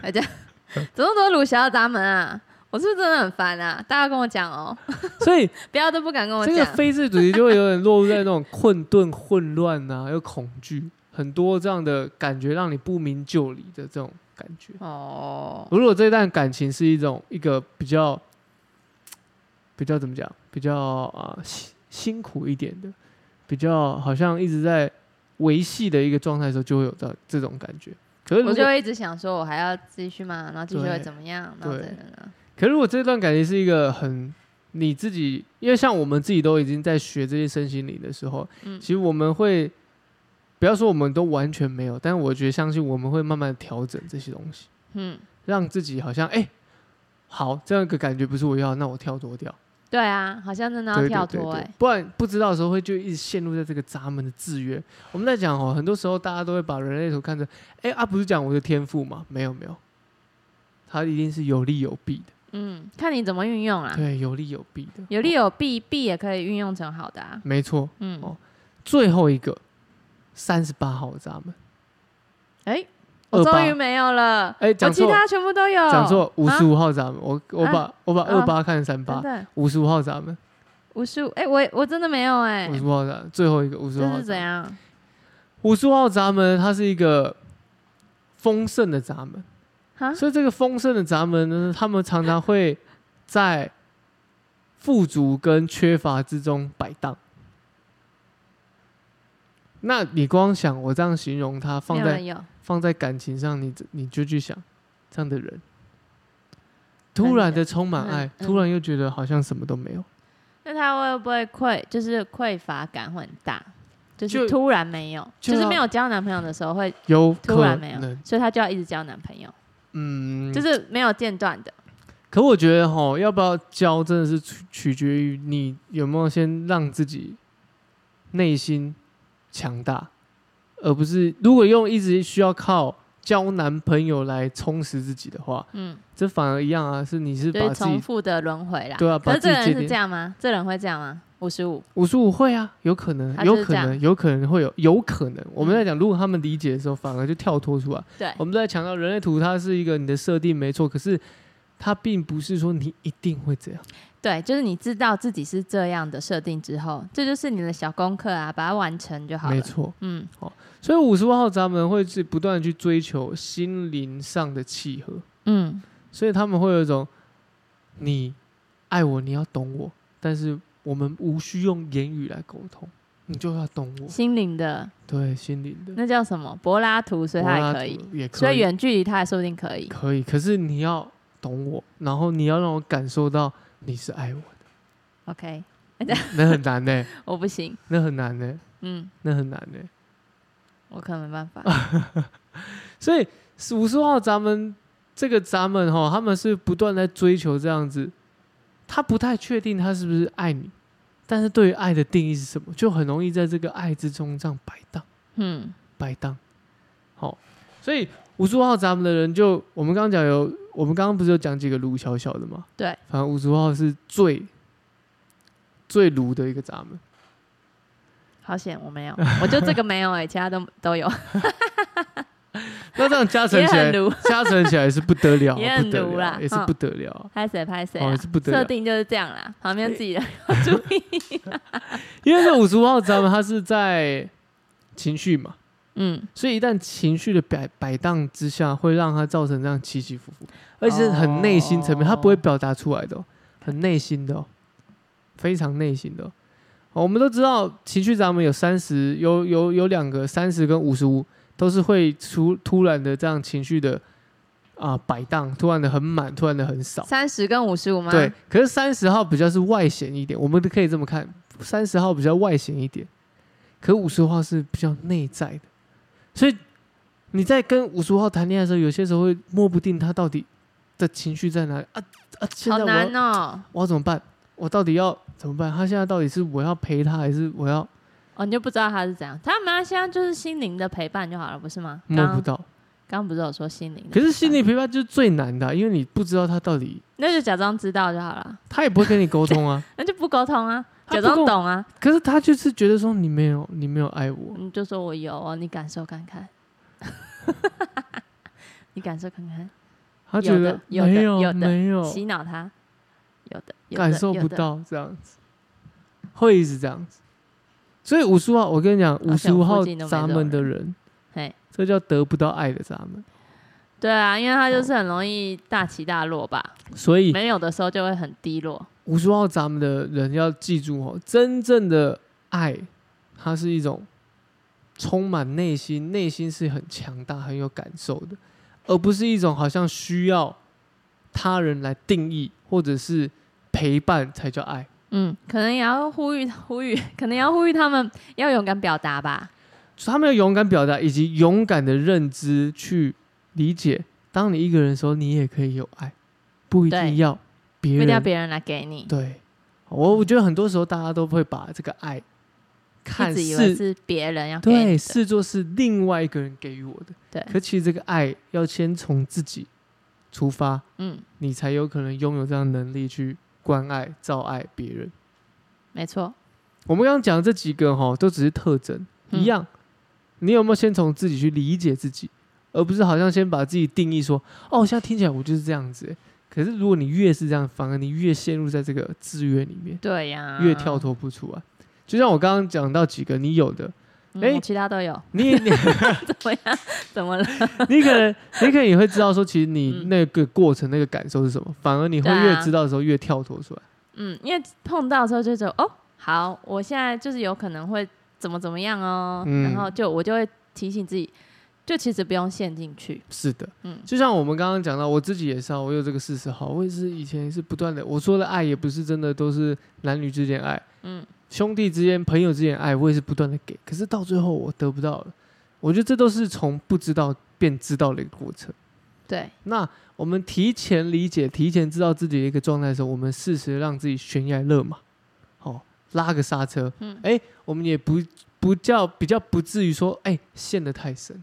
[SPEAKER 2] 哎这样， 怎么多鲁小的闸门啊？我是不是真的很烦啊？大家跟我讲哦，
[SPEAKER 1] 所以
[SPEAKER 2] 不要都不敢跟我
[SPEAKER 1] 这个
[SPEAKER 2] 讲。
[SPEAKER 1] 非自主义就会有点落入在那种混沌、混乱啊，又恐惧，很多这样的感觉，让你不明就里的这种感觉。
[SPEAKER 2] 哦，
[SPEAKER 1] 如果这段感情是一种一个比较比较怎么讲，比较啊、辛辛苦一点的，比较好像一直在维系的一个状态的时候，就会有到这种感觉。可是如
[SPEAKER 2] 我就
[SPEAKER 1] 果
[SPEAKER 2] 会一直想说，我还要继续吗？然后继续
[SPEAKER 1] 对
[SPEAKER 2] 会怎么样？然后
[SPEAKER 1] 对
[SPEAKER 2] 怎样呢？
[SPEAKER 1] 可是如果这段感情是一个很你自己，因为像我们自己都已经在学这些身心灵的时候，
[SPEAKER 2] 嗯
[SPEAKER 1] 其实我们会不要说我们都完全没有，但我觉得相信我们会慢慢地调整这些东西，
[SPEAKER 2] 嗯，
[SPEAKER 1] 让自己好像哎、好这样一个感觉不是我要，那我跳脱掉，
[SPEAKER 2] 对啊，好像真的要
[SPEAKER 1] 对
[SPEAKER 2] 跳
[SPEAKER 1] 对对
[SPEAKER 2] 脱
[SPEAKER 1] 对
[SPEAKER 2] 哎，，
[SPEAKER 1] 不然不知道的时候会就一直陷入在这个闸门的制约。我们在讲哦，很多时候大家都会把人类图看成哎、啊，不是讲我的天赋嘛？没有没有，它一定是有利有弊的，
[SPEAKER 2] 嗯，看你怎么运用啊。
[SPEAKER 1] 对，有利有弊的，
[SPEAKER 2] 有利有弊，弊也可以运用成好的啊。
[SPEAKER 1] 没错。
[SPEAKER 2] 嗯，
[SPEAKER 1] 哦最后一个三十八号的闸门，
[SPEAKER 2] 哎、我
[SPEAKER 1] 28
[SPEAKER 2] 终于没有了。
[SPEAKER 1] 哎、
[SPEAKER 2] 我
[SPEAKER 1] 讲
[SPEAKER 2] 其
[SPEAKER 1] 错，
[SPEAKER 2] 他全部都有。
[SPEAKER 1] 讲错，五十五号闸门，我我把、我把
[SPEAKER 2] 啊
[SPEAKER 1] 二八看成三
[SPEAKER 2] 真
[SPEAKER 1] 八，
[SPEAKER 2] 的
[SPEAKER 1] 五十五号闸门，
[SPEAKER 2] 五十五。哎，我也我真的没有哎、
[SPEAKER 1] 五十五号闸门，最后一个五十五
[SPEAKER 2] 这
[SPEAKER 1] 号
[SPEAKER 2] 是怎
[SPEAKER 1] 闸门，
[SPEAKER 2] 样？
[SPEAKER 1] 五十五号闸门它是一个丰盛的闸门，
[SPEAKER 2] 哈，
[SPEAKER 1] 所以这个丰盛的闸门呢，他们常常会在富足跟缺乏之中摆荡。那你光想我这样形容它，
[SPEAKER 2] 没
[SPEAKER 1] 放
[SPEAKER 2] 有
[SPEAKER 1] 在
[SPEAKER 2] 人有。
[SPEAKER 1] 放在感情上，你你就去想这样的人，突然的充满爱
[SPEAKER 2] 嗯，嗯
[SPEAKER 1] 突然又觉得好像什么都没有。
[SPEAKER 2] 那他会不会匮，就是匮乏感会很大？就是
[SPEAKER 1] 就
[SPEAKER 2] 突然没有，
[SPEAKER 1] 就
[SPEAKER 2] 就
[SPEAKER 1] 要
[SPEAKER 2] 是没有交男朋友的时候会
[SPEAKER 1] 有
[SPEAKER 2] 突
[SPEAKER 1] 可
[SPEAKER 2] 然没有
[SPEAKER 1] 能，，
[SPEAKER 2] 所以他就要一直交男朋友，
[SPEAKER 1] 嗯，
[SPEAKER 2] 就。是没有间断的。
[SPEAKER 1] 可我觉得吼，要不要教真的是取取决于你有没有先让自己内心强大，而不是如果用一直需要靠交男朋友来充实自己的话，
[SPEAKER 2] 嗯，
[SPEAKER 1] 这反而一样啊，是你是
[SPEAKER 2] 就
[SPEAKER 1] 把
[SPEAKER 2] 是
[SPEAKER 1] 自
[SPEAKER 2] 重
[SPEAKER 1] 己
[SPEAKER 2] 复的轮回啦。
[SPEAKER 1] 对啊，
[SPEAKER 2] 可
[SPEAKER 1] 把
[SPEAKER 2] 是
[SPEAKER 1] 自
[SPEAKER 2] 这
[SPEAKER 1] 己
[SPEAKER 2] 个人
[SPEAKER 1] 界
[SPEAKER 2] 是
[SPEAKER 1] 定
[SPEAKER 2] 这样吗？这个人会这样吗？五十五，
[SPEAKER 1] 五十五会啊，有可能
[SPEAKER 2] 他，就
[SPEAKER 1] 有
[SPEAKER 2] 是
[SPEAKER 1] 可
[SPEAKER 2] 这样嗯
[SPEAKER 1] 能，有可能会有，有可能。我们在讲，如果他们理解的时候，反而就跳脱出来。
[SPEAKER 2] 对
[SPEAKER 1] 我们都在强调人类图它是一个你的设定没错，可是它并不是说你一定会这样。
[SPEAKER 2] 对，就是你知道自己是这样的设定之后，这就是你的小功课啊，把它完成就好
[SPEAKER 1] 没
[SPEAKER 2] 了。
[SPEAKER 1] 错，
[SPEAKER 2] 嗯，
[SPEAKER 1] 所以五十万号闸门会是不断地去追求心灵上的契合，
[SPEAKER 2] 嗯，
[SPEAKER 1] 所以他们会有一种你爱我，你要懂我，但是我们无需用言语来沟通，你就要懂我，
[SPEAKER 2] 心灵的
[SPEAKER 1] 对心灵的。
[SPEAKER 2] 嗯那叫什么？柏拉图，所以他
[SPEAKER 1] 柏
[SPEAKER 2] 还
[SPEAKER 1] 拉
[SPEAKER 2] 可以，
[SPEAKER 1] 图也可以，
[SPEAKER 2] 所以远距离他还说不定可以。
[SPEAKER 1] 可以，可是你要懂我，然后你要让我感受到你是爱我的，
[SPEAKER 2] OK，
[SPEAKER 1] 那很难呢、
[SPEAKER 2] 我不行，
[SPEAKER 1] 那很难呢、
[SPEAKER 2] 嗯，
[SPEAKER 1] 那很难呢、
[SPEAKER 2] 我可能没办法。
[SPEAKER 1] 所以五十号闸门这个闸门哈，他们是不断在追求这样子，他不太确定他是不是爱你，但是对于爱的定义是什么，就很容易在这个爱之中这样摆荡
[SPEAKER 2] 嗯，
[SPEAKER 1] 摆荡。好，所以五十号闸门的人就我们刚刚讲有，我们刚刚不是有讲几个卢小小的吗？
[SPEAKER 2] 对，
[SPEAKER 1] 反正五十号是最最卢的一个闸门。
[SPEAKER 2] 好险我没有，我就这个没有哎、其他都都 有，
[SPEAKER 1] 那这样加成
[SPEAKER 2] 也
[SPEAKER 1] 起来
[SPEAKER 2] 很，炉。
[SPEAKER 1] 加成起来是不得了，
[SPEAKER 2] 也
[SPEAKER 1] 不
[SPEAKER 2] 很
[SPEAKER 1] 得
[SPEAKER 2] 卢啦
[SPEAKER 1] 了，也是
[SPEAKER 2] 嗯
[SPEAKER 1] 不得了啊。
[SPEAKER 2] 拍谁拍谁
[SPEAKER 1] 哦
[SPEAKER 2] 啊
[SPEAKER 1] 也是不，得了
[SPEAKER 2] 设定就是这样啦。旁边自己人要注意。
[SPEAKER 1] 因为这五十五号闸门它是在情绪嘛，
[SPEAKER 2] 嗯，
[SPEAKER 1] 所以一旦情绪的摆摆荡之下，会让它造成这样起起伏伏，而且是很内心层面，它不会表达出来的哦、很内心的、哦，非常内心的哦、好我们都知道情绪闸门有三十，有有有两个三十跟五十五都是会出突然的这样情绪的啊摆荡，突然的很满，突然的很少。
[SPEAKER 2] 三十跟五十五吗？
[SPEAKER 1] 对，，可是三十号比较是外显一点，我们都可以这么看，三十号比较外显一点，可五十号是比较内在的，所以你在跟五十号谈恋爱的时候，有些时候会摸不定他到底的情绪在哪里啊啊！现
[SPEAKER 2] 好
[SPEAKER 1] 在我要
[SPEAKER 2] 难哦。
[SPEAKER 1] 我要怎么办？我到底要怎么办？他现在到底是我要陪他，还是我要
[SPEAKER 2] 哦，你就不知道他是怎样。他们现在就是心灵的陪伴就好了，不是吗？
[SPEAKER 1] 摸
[SPEAKER 2] 刚
[SPEAKER 1] 不
[SPEAKER 2] 刚
[SPEAKER 1] 到？
[SPEAKER 2] 刚不是有说心灵的陪
[SPEAKER 1] 可
[SPEAKER 2] 伴？
[SPEAKER 1] 是心理陪伴就是最难的啊、因为你不知道他到底，
[SPEAKER 2] 那就假装知道就好了，
[SPEAKER 1] 他也不会跟你沟通 啊。
[SPEAKER 2] 那就不沟通啊，
[SPEAKER 1] 他
[SPEAKER 2] 假
[SPEAKER 1] 不
[SPEAKER 2] 装
[SPEAKER 1] 沟
[SPEAKER 2] 懂啊，
[SPEAKER 1] 可是他就是觉得说你没有，你没有爱我，
[SPEAKER 2] 你就说我有哦，你感受看看， 你感受看看，
[SPEAKER 1] 他觉得
[SPEAKER 2] 有的
[SPEAKER 1] 没有
[SPEAKER 2] 有的
[SPEAKER 1] 没有
[SPEAKER 2] 洗脑他，有的，有
[SPEAKER 1] 哦
[SPEAKER 2] 的
[SPEAKER 1] 感受
[SPEAKER 2] 有
[SPEAKER 1] 不
[SPEAKER 2] 的
[SPEAKER 1] 到这样子，会一直这样子。所以五十五号，我跟你讲，五
[SPEAKER 2] 而且
[SPEAKER 1] 十五
[SPEAKER 2] 我附
[SPEAKER 1] 号
[SPEAKER 2] 近都没
[SPEAKER 1] 闸
[SPEAKER 2] 这
[SPEAKER 1] 门
[SPEAKER 2] 种
[SPEAKER 1] 的人，
[SPEAKER 2] 嘿，
[SPEAKER 1] 这叫得不到爱的闸门。
[SPEAKER 2] 对啊，因为他就是很容易大起大落吧，
[SPEAKER 1] 所以
[SPEAKER 2] 没有的时候就会很低落。
[SPEAKER 1] 五十五号闸门的人要记住哦，真正的爱，它是一种充满内心，内心是很强大、很有感受的，而不是一种好像需要他人来定义或者是陪伴才叫爱。
[SPEAKER 2] 嗯，可能也要呼吁 呼吁，可能也要呼吁他们要勇敢表达吧。
[SPEAKER 1] 他们要勇敢表达，以及勇敢的认知去理解，当你一个人的时候，你也可以有爱，不一
[SPEAKER 2] 对
[SPEAKER 1] 定要别
[SPEAKER 2] 不一
[SPEAKER 1] 人。
[SPEAKER 2] 定要别人来给你，
[SPEAKER 1] 对，我我觉得很多时候大家都会把这个爱看
[SPEAKER 2] 一直以为
[SPEAKER 1] 似
[SPEAKER 2] 是别人要给你
[SPEAKER 1] 对，
[SPEAKER 2] 的。
[SPEAKER 1] 视作是另外一个人给予我的。
[SPEAKER 2] 对
[SPEAKER 1] 可其实这个爱要先从自己出发，
[SPEAKER 2] 嗯，
[SPEAKER 1] 你才有可能拥有这样的能力去关爱、照爱别人。
[SPEAKER 2] 没错，
[SPEAKER 1] 我们刚刚讲的这几个哈，都只是特征，
[SPEAKER 2] 嗯
[SPEAKER 1] 一样。你有没有先从自己去理解自己，而不是好像先把自己定义说，哦，现在听起来我就是这样子欸。可是如果你越是这样，反而你越陷入在这个制约里面，
[SPEAKER 2] 对呀、
[SPEAKER 1] 越跳脱不出来。就像我刚刚讲到几个你有的，
[SPEAKER 2] 嗯，
[SPEAKER 1] 哎
[SPEAKER 2] 我其他都有，
[SPEAKER 1] 你 你
[SPEAKER 2] 怎么样？ 怎么了？
[SPEAKER 1] 你可能你可能也会知道说，其实你
[SPEAKER 2] 嗯
[SPEAKER 1] 那个过程那个感受是什么，反而你会
[SPEAKER 2] 对啊
[SPEAKER 1] 越知道的时候越跳脱出来。
[SPEAKER 2] 嗯，因为碰到的时候就觉得哦，好，我现在就是有可能会怎么怎么样哦，
[SPEAKER 1] 嗯
[SPEAKER 2] 然后就我就会提醒自己，就其实不用陷进去。
[SPEAKER 1] 是的，
[SPEAKER 2] 嗯
[SPEAKER 1] 就像我们刚刚讲到，我自己也是啊，我有这个四十号，我也是以前是不断的，我说的爱也不是真的都是男女之间爱，
[SPEAKER 2] 嗯，
[SPEAKER 1] 兄弟之间、朋友之间爱，我也是不断的给，可是到最后我得不到了，我觉得这都是从不知道变知道的一个过程。
[SPEAKER 2] 对，
[SPEAKER 1] 那我们提前理解、提前知道自己的一个状态的时候，我们适时让自己悬崖勒马，好、拉个刹车，
[SPEAKER 2] 嗯
[SPEAKER 1] 哎、我们也不不叫比较不至于说，哎、陷得太深。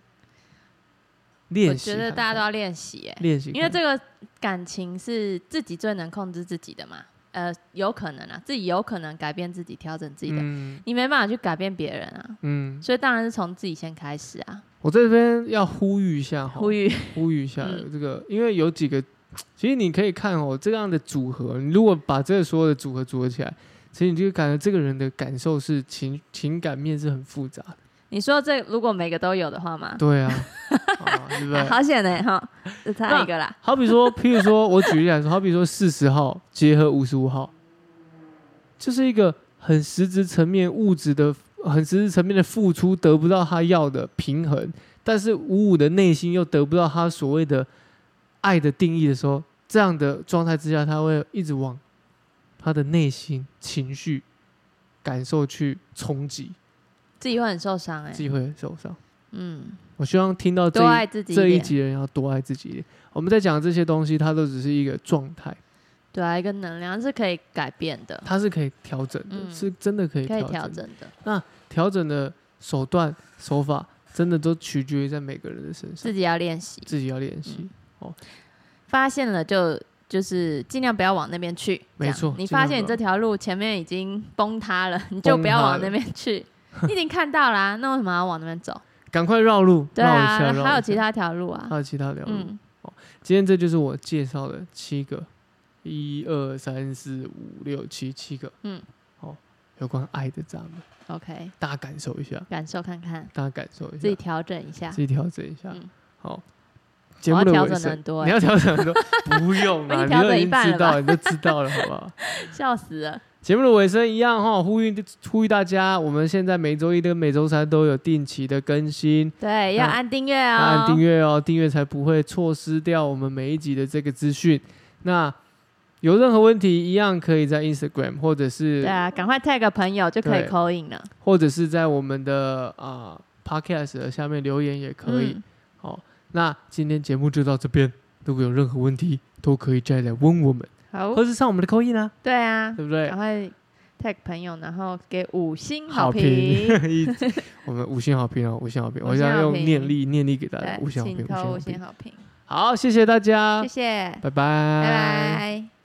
[SPEAKER 2] 我
[SPEAKER 1] 练习
[SPEAKER 2] 觉
[SPEAKER 1] 看看，
[SPEAKER 2] 得大家都要练习耶，
[SPEAKER 1] 练习看看，
[SPEAKER 2] 因为这个感情是自己最能控制自己的嘛。呃，有可能啊，自己有可能改变自己，调整自己的，
[SPEAKER 1] 嗯
[SPEAKER 2] 你没办法去改变别人啊，
[SPEAKER 1] 嗯，
[SPEAKER 2] 所以当然是从自己先开始啊，
[SPEAKER 1] 我这边要呼吁一下哈，
[SPEAKER 2] 呼吁，
[SPEAKER 1] 呼吁一下
[SPEAKER 2] 嗯
[SPEAKER 1] 这个，因为有几个，其实你可以看哦，这样的组合，你如果把这个所有的组合组合起来，其实你就感觉这个人的感受是情情感面是很复杂的。
[SPEAKER 2] 你说这如果每个都有的话嘛，
[SPEAKER 1] 对啊， 啊对不
[SPEAKER 2] 啊
[SPEAKER 1] 对？
[SPEAKER 2] 好险呢哈， 只差一个啦，
[SPEAKER 1] 好比 说，譬如说我举例来说，好比说四十号结合五十五号，就是一个很实质层面物质的、很实质层面的付出得不到他要的平衡，但是五五的内心又得不到他所谓的爱的定义的时候，这样的状态之下，他会一直往他的内心情绪感受去冲击，
[SPEAKER 2] 自己会很受伤哎、
[SPEAKER 1] 自己会很受伤。
[SPEAKER 2] 嗯，
[SPEAKER 1] 我希望听到这
[SPEAKER 2] 多
[SPEAKER 1] 一
[SPEAKER 2] 爱自己
[SPEAKER 1] 这一
[SPEAKER 2] 点，
[SPEAKER 1] 集的人要多爱自己一点。我们在讲这些东西，它都只是一个状态。
[SPEAKER 2] 对啊，一个能量是可以改变的，
[SPEAKER 1] 它是可以调整的，
[SPEAKER 2] 嗯
[SPEAKER 1] 是真的可以
[SPEAKER 2] 可以
[SPEAKER 1] 调
[SPEAKER 2] 调
[SPEAKER 1] 整的。
[SPEAKER 2] 整的，
[SPEAKER 1] 调整的手段手法，真的都取决于在每个人的身上，
[SPEAKER 2] 自己要练习，
[SPEAKER 1] 自己要练习。
[SPEAKER 2] 嗯
[SPEAKER 1] 哦
[SPEAKER 2] 发现了就就是尽量不要往那边去。
[SPEAKER 1] 没错
[SPEAKER 2] 这样你
[SPEAKER 1] 尽量
[SPEAKER 2] 发现你
[SPEAKER 1] 不要
[SPEAKER 2] 这条路前面已经崩塌了，你就不要往那边去。 你已经看到啦、那为什么要往那边走？
[SPEAKER 1] 赶快绕路，
[SPEAKER 2] 对
[SPEAKER 1] 绕一
[SPEAKER 2] 啊，
[SPEAKER 1] 下，
[SPEAKER 2] 那
[SPEAKER 1] 绕
[SPEAKER 2] 还有
[SPEAKER 1] 一
[SPEAKER 2] 其
[SPEAKER 1] 下，
[SPEAKER 2] 他条路啊
[SPEAKER 1] 还。有其他条路。
[SPEAKER 2] 嗯，
[SPEAKER 1] 今天这就是我介绍的七个，一二三四五六七七个，
[SPEAKER 2] 嗯，
[SPEAKER 1] 哦，有关爱的闸门，
[SPEAKER 2] ，OK，
[SPEAKER 1] 大家感受一下，
[SPEAKER 2] 感受看看，
[SPEAKER 1] 大家感受一
[SPEAKER 2] 自己
[SPEAKER 1] 下，
[SPEAKER 2] 调整一下
[SPEAKER 1] 自。己调整一下。
[SPEAKER 2] 嗯
[SPEAKER 1] 好，节
[SPEAKER 2] 我
[SPEAKER 1] 目
[SPEAKER 2] 要
[SPEAKER 1] 的
[SPEAKER 2] 调
[SPEAKER 1] 尾
[SPEAKER 2] 整的
[SPEAKER 1] 声
[SPEAKER 2] 很。多、
[SPEAKER 1] 你
[SPEAKER 2] 欸，
[SPEAKER 1] 要调整很多，不用
[SPEAKER 2] 我
[SPEAKER 1] 啦，
[SPEAKER 2] 已
[SPEAKER 1] 你
[SPEAKER 2] 经调
[SPEAKER 1] 都已
[SPEAKER 2] 整一
[SPEAKER 1] 经
[SPEAKER 2] 半
[SPEAKER 1] 知
[SPEAKER 2] 了
[SPEAKER 1] 道，
[SPEAKER 2] 吧
[SPEAKER 1] 你都知道了，好不好？
[SPEAKER 2] 笑死了。
[SPEAKER 1] 节目的尾声一样哈，呼吁呼吁大家，我们现在每周一跟每周三都有定期的更新，
[SPEAKER 2] 对，要
[SPEAKER 1] 那
[SPEAKER 2] 按订阅
[SPEAKER 1] 那
[SPEAKER 2] 哦，
[SPEAKER 1] 嗯按订阅哦，订阅才不会错失掉我们每一集的这个资讯。那有任何问题，一样可以在 Instagram 或者是、
[SPEAKER 2] 对啊，赶快 tag 个朋友就可以
[SPEAKER 1] 对
[SPEAKER 2] call in 了。
[SPEAKER 1] 或者是在我们的啊、Podcast 的下面留言也可以。
[SPEAKER 2] 嗯
[SPEAKER 1] 好，那今天节目就到这边，如果有任何问题，都可以再来问我们，
[SPEAKER 2] 好，
[SPEAKER 1] 或是上我们的扣印啊，
[SPEAKER 2] 对啊，
[SPEAKER 1] 对不对
[SPEAKER 2] 赶？快 tag 朋友，然后给五星
[SPEAKER 1] 好
[SPEAKER 2] 评。
[SPEAKER 1] 一我们五星好评哦，五星好评，
[SPEAKER 2] 五
[SPEAKER 1] 我
[SPEAKER 2] 星
[SPEAKER 1] 要
[SPEAKER 2] 好
[SPEAKER 1] 用
[SPEAKER 2] 评
[SPEAKER 1] 念力念力给大家
[SPEAKER 2] 对，
[SPEAKER 1] 五星好评，
[SPEAKER 2] 请
[SPEAKER 1] 五星
[SPEAKER 2] 投
[SPEAKER 1] 好
[SPEAKER 2] 五星
[SPEAKER 1] 评。
[SPEAKER 2] 好评，
[SPEAKER 1] 好，谢谢大家
[SPEAKER 2] 谢，谢，
[SPEAKER 1] 拜拜，拜
[SPEAKER 2] 拜拜。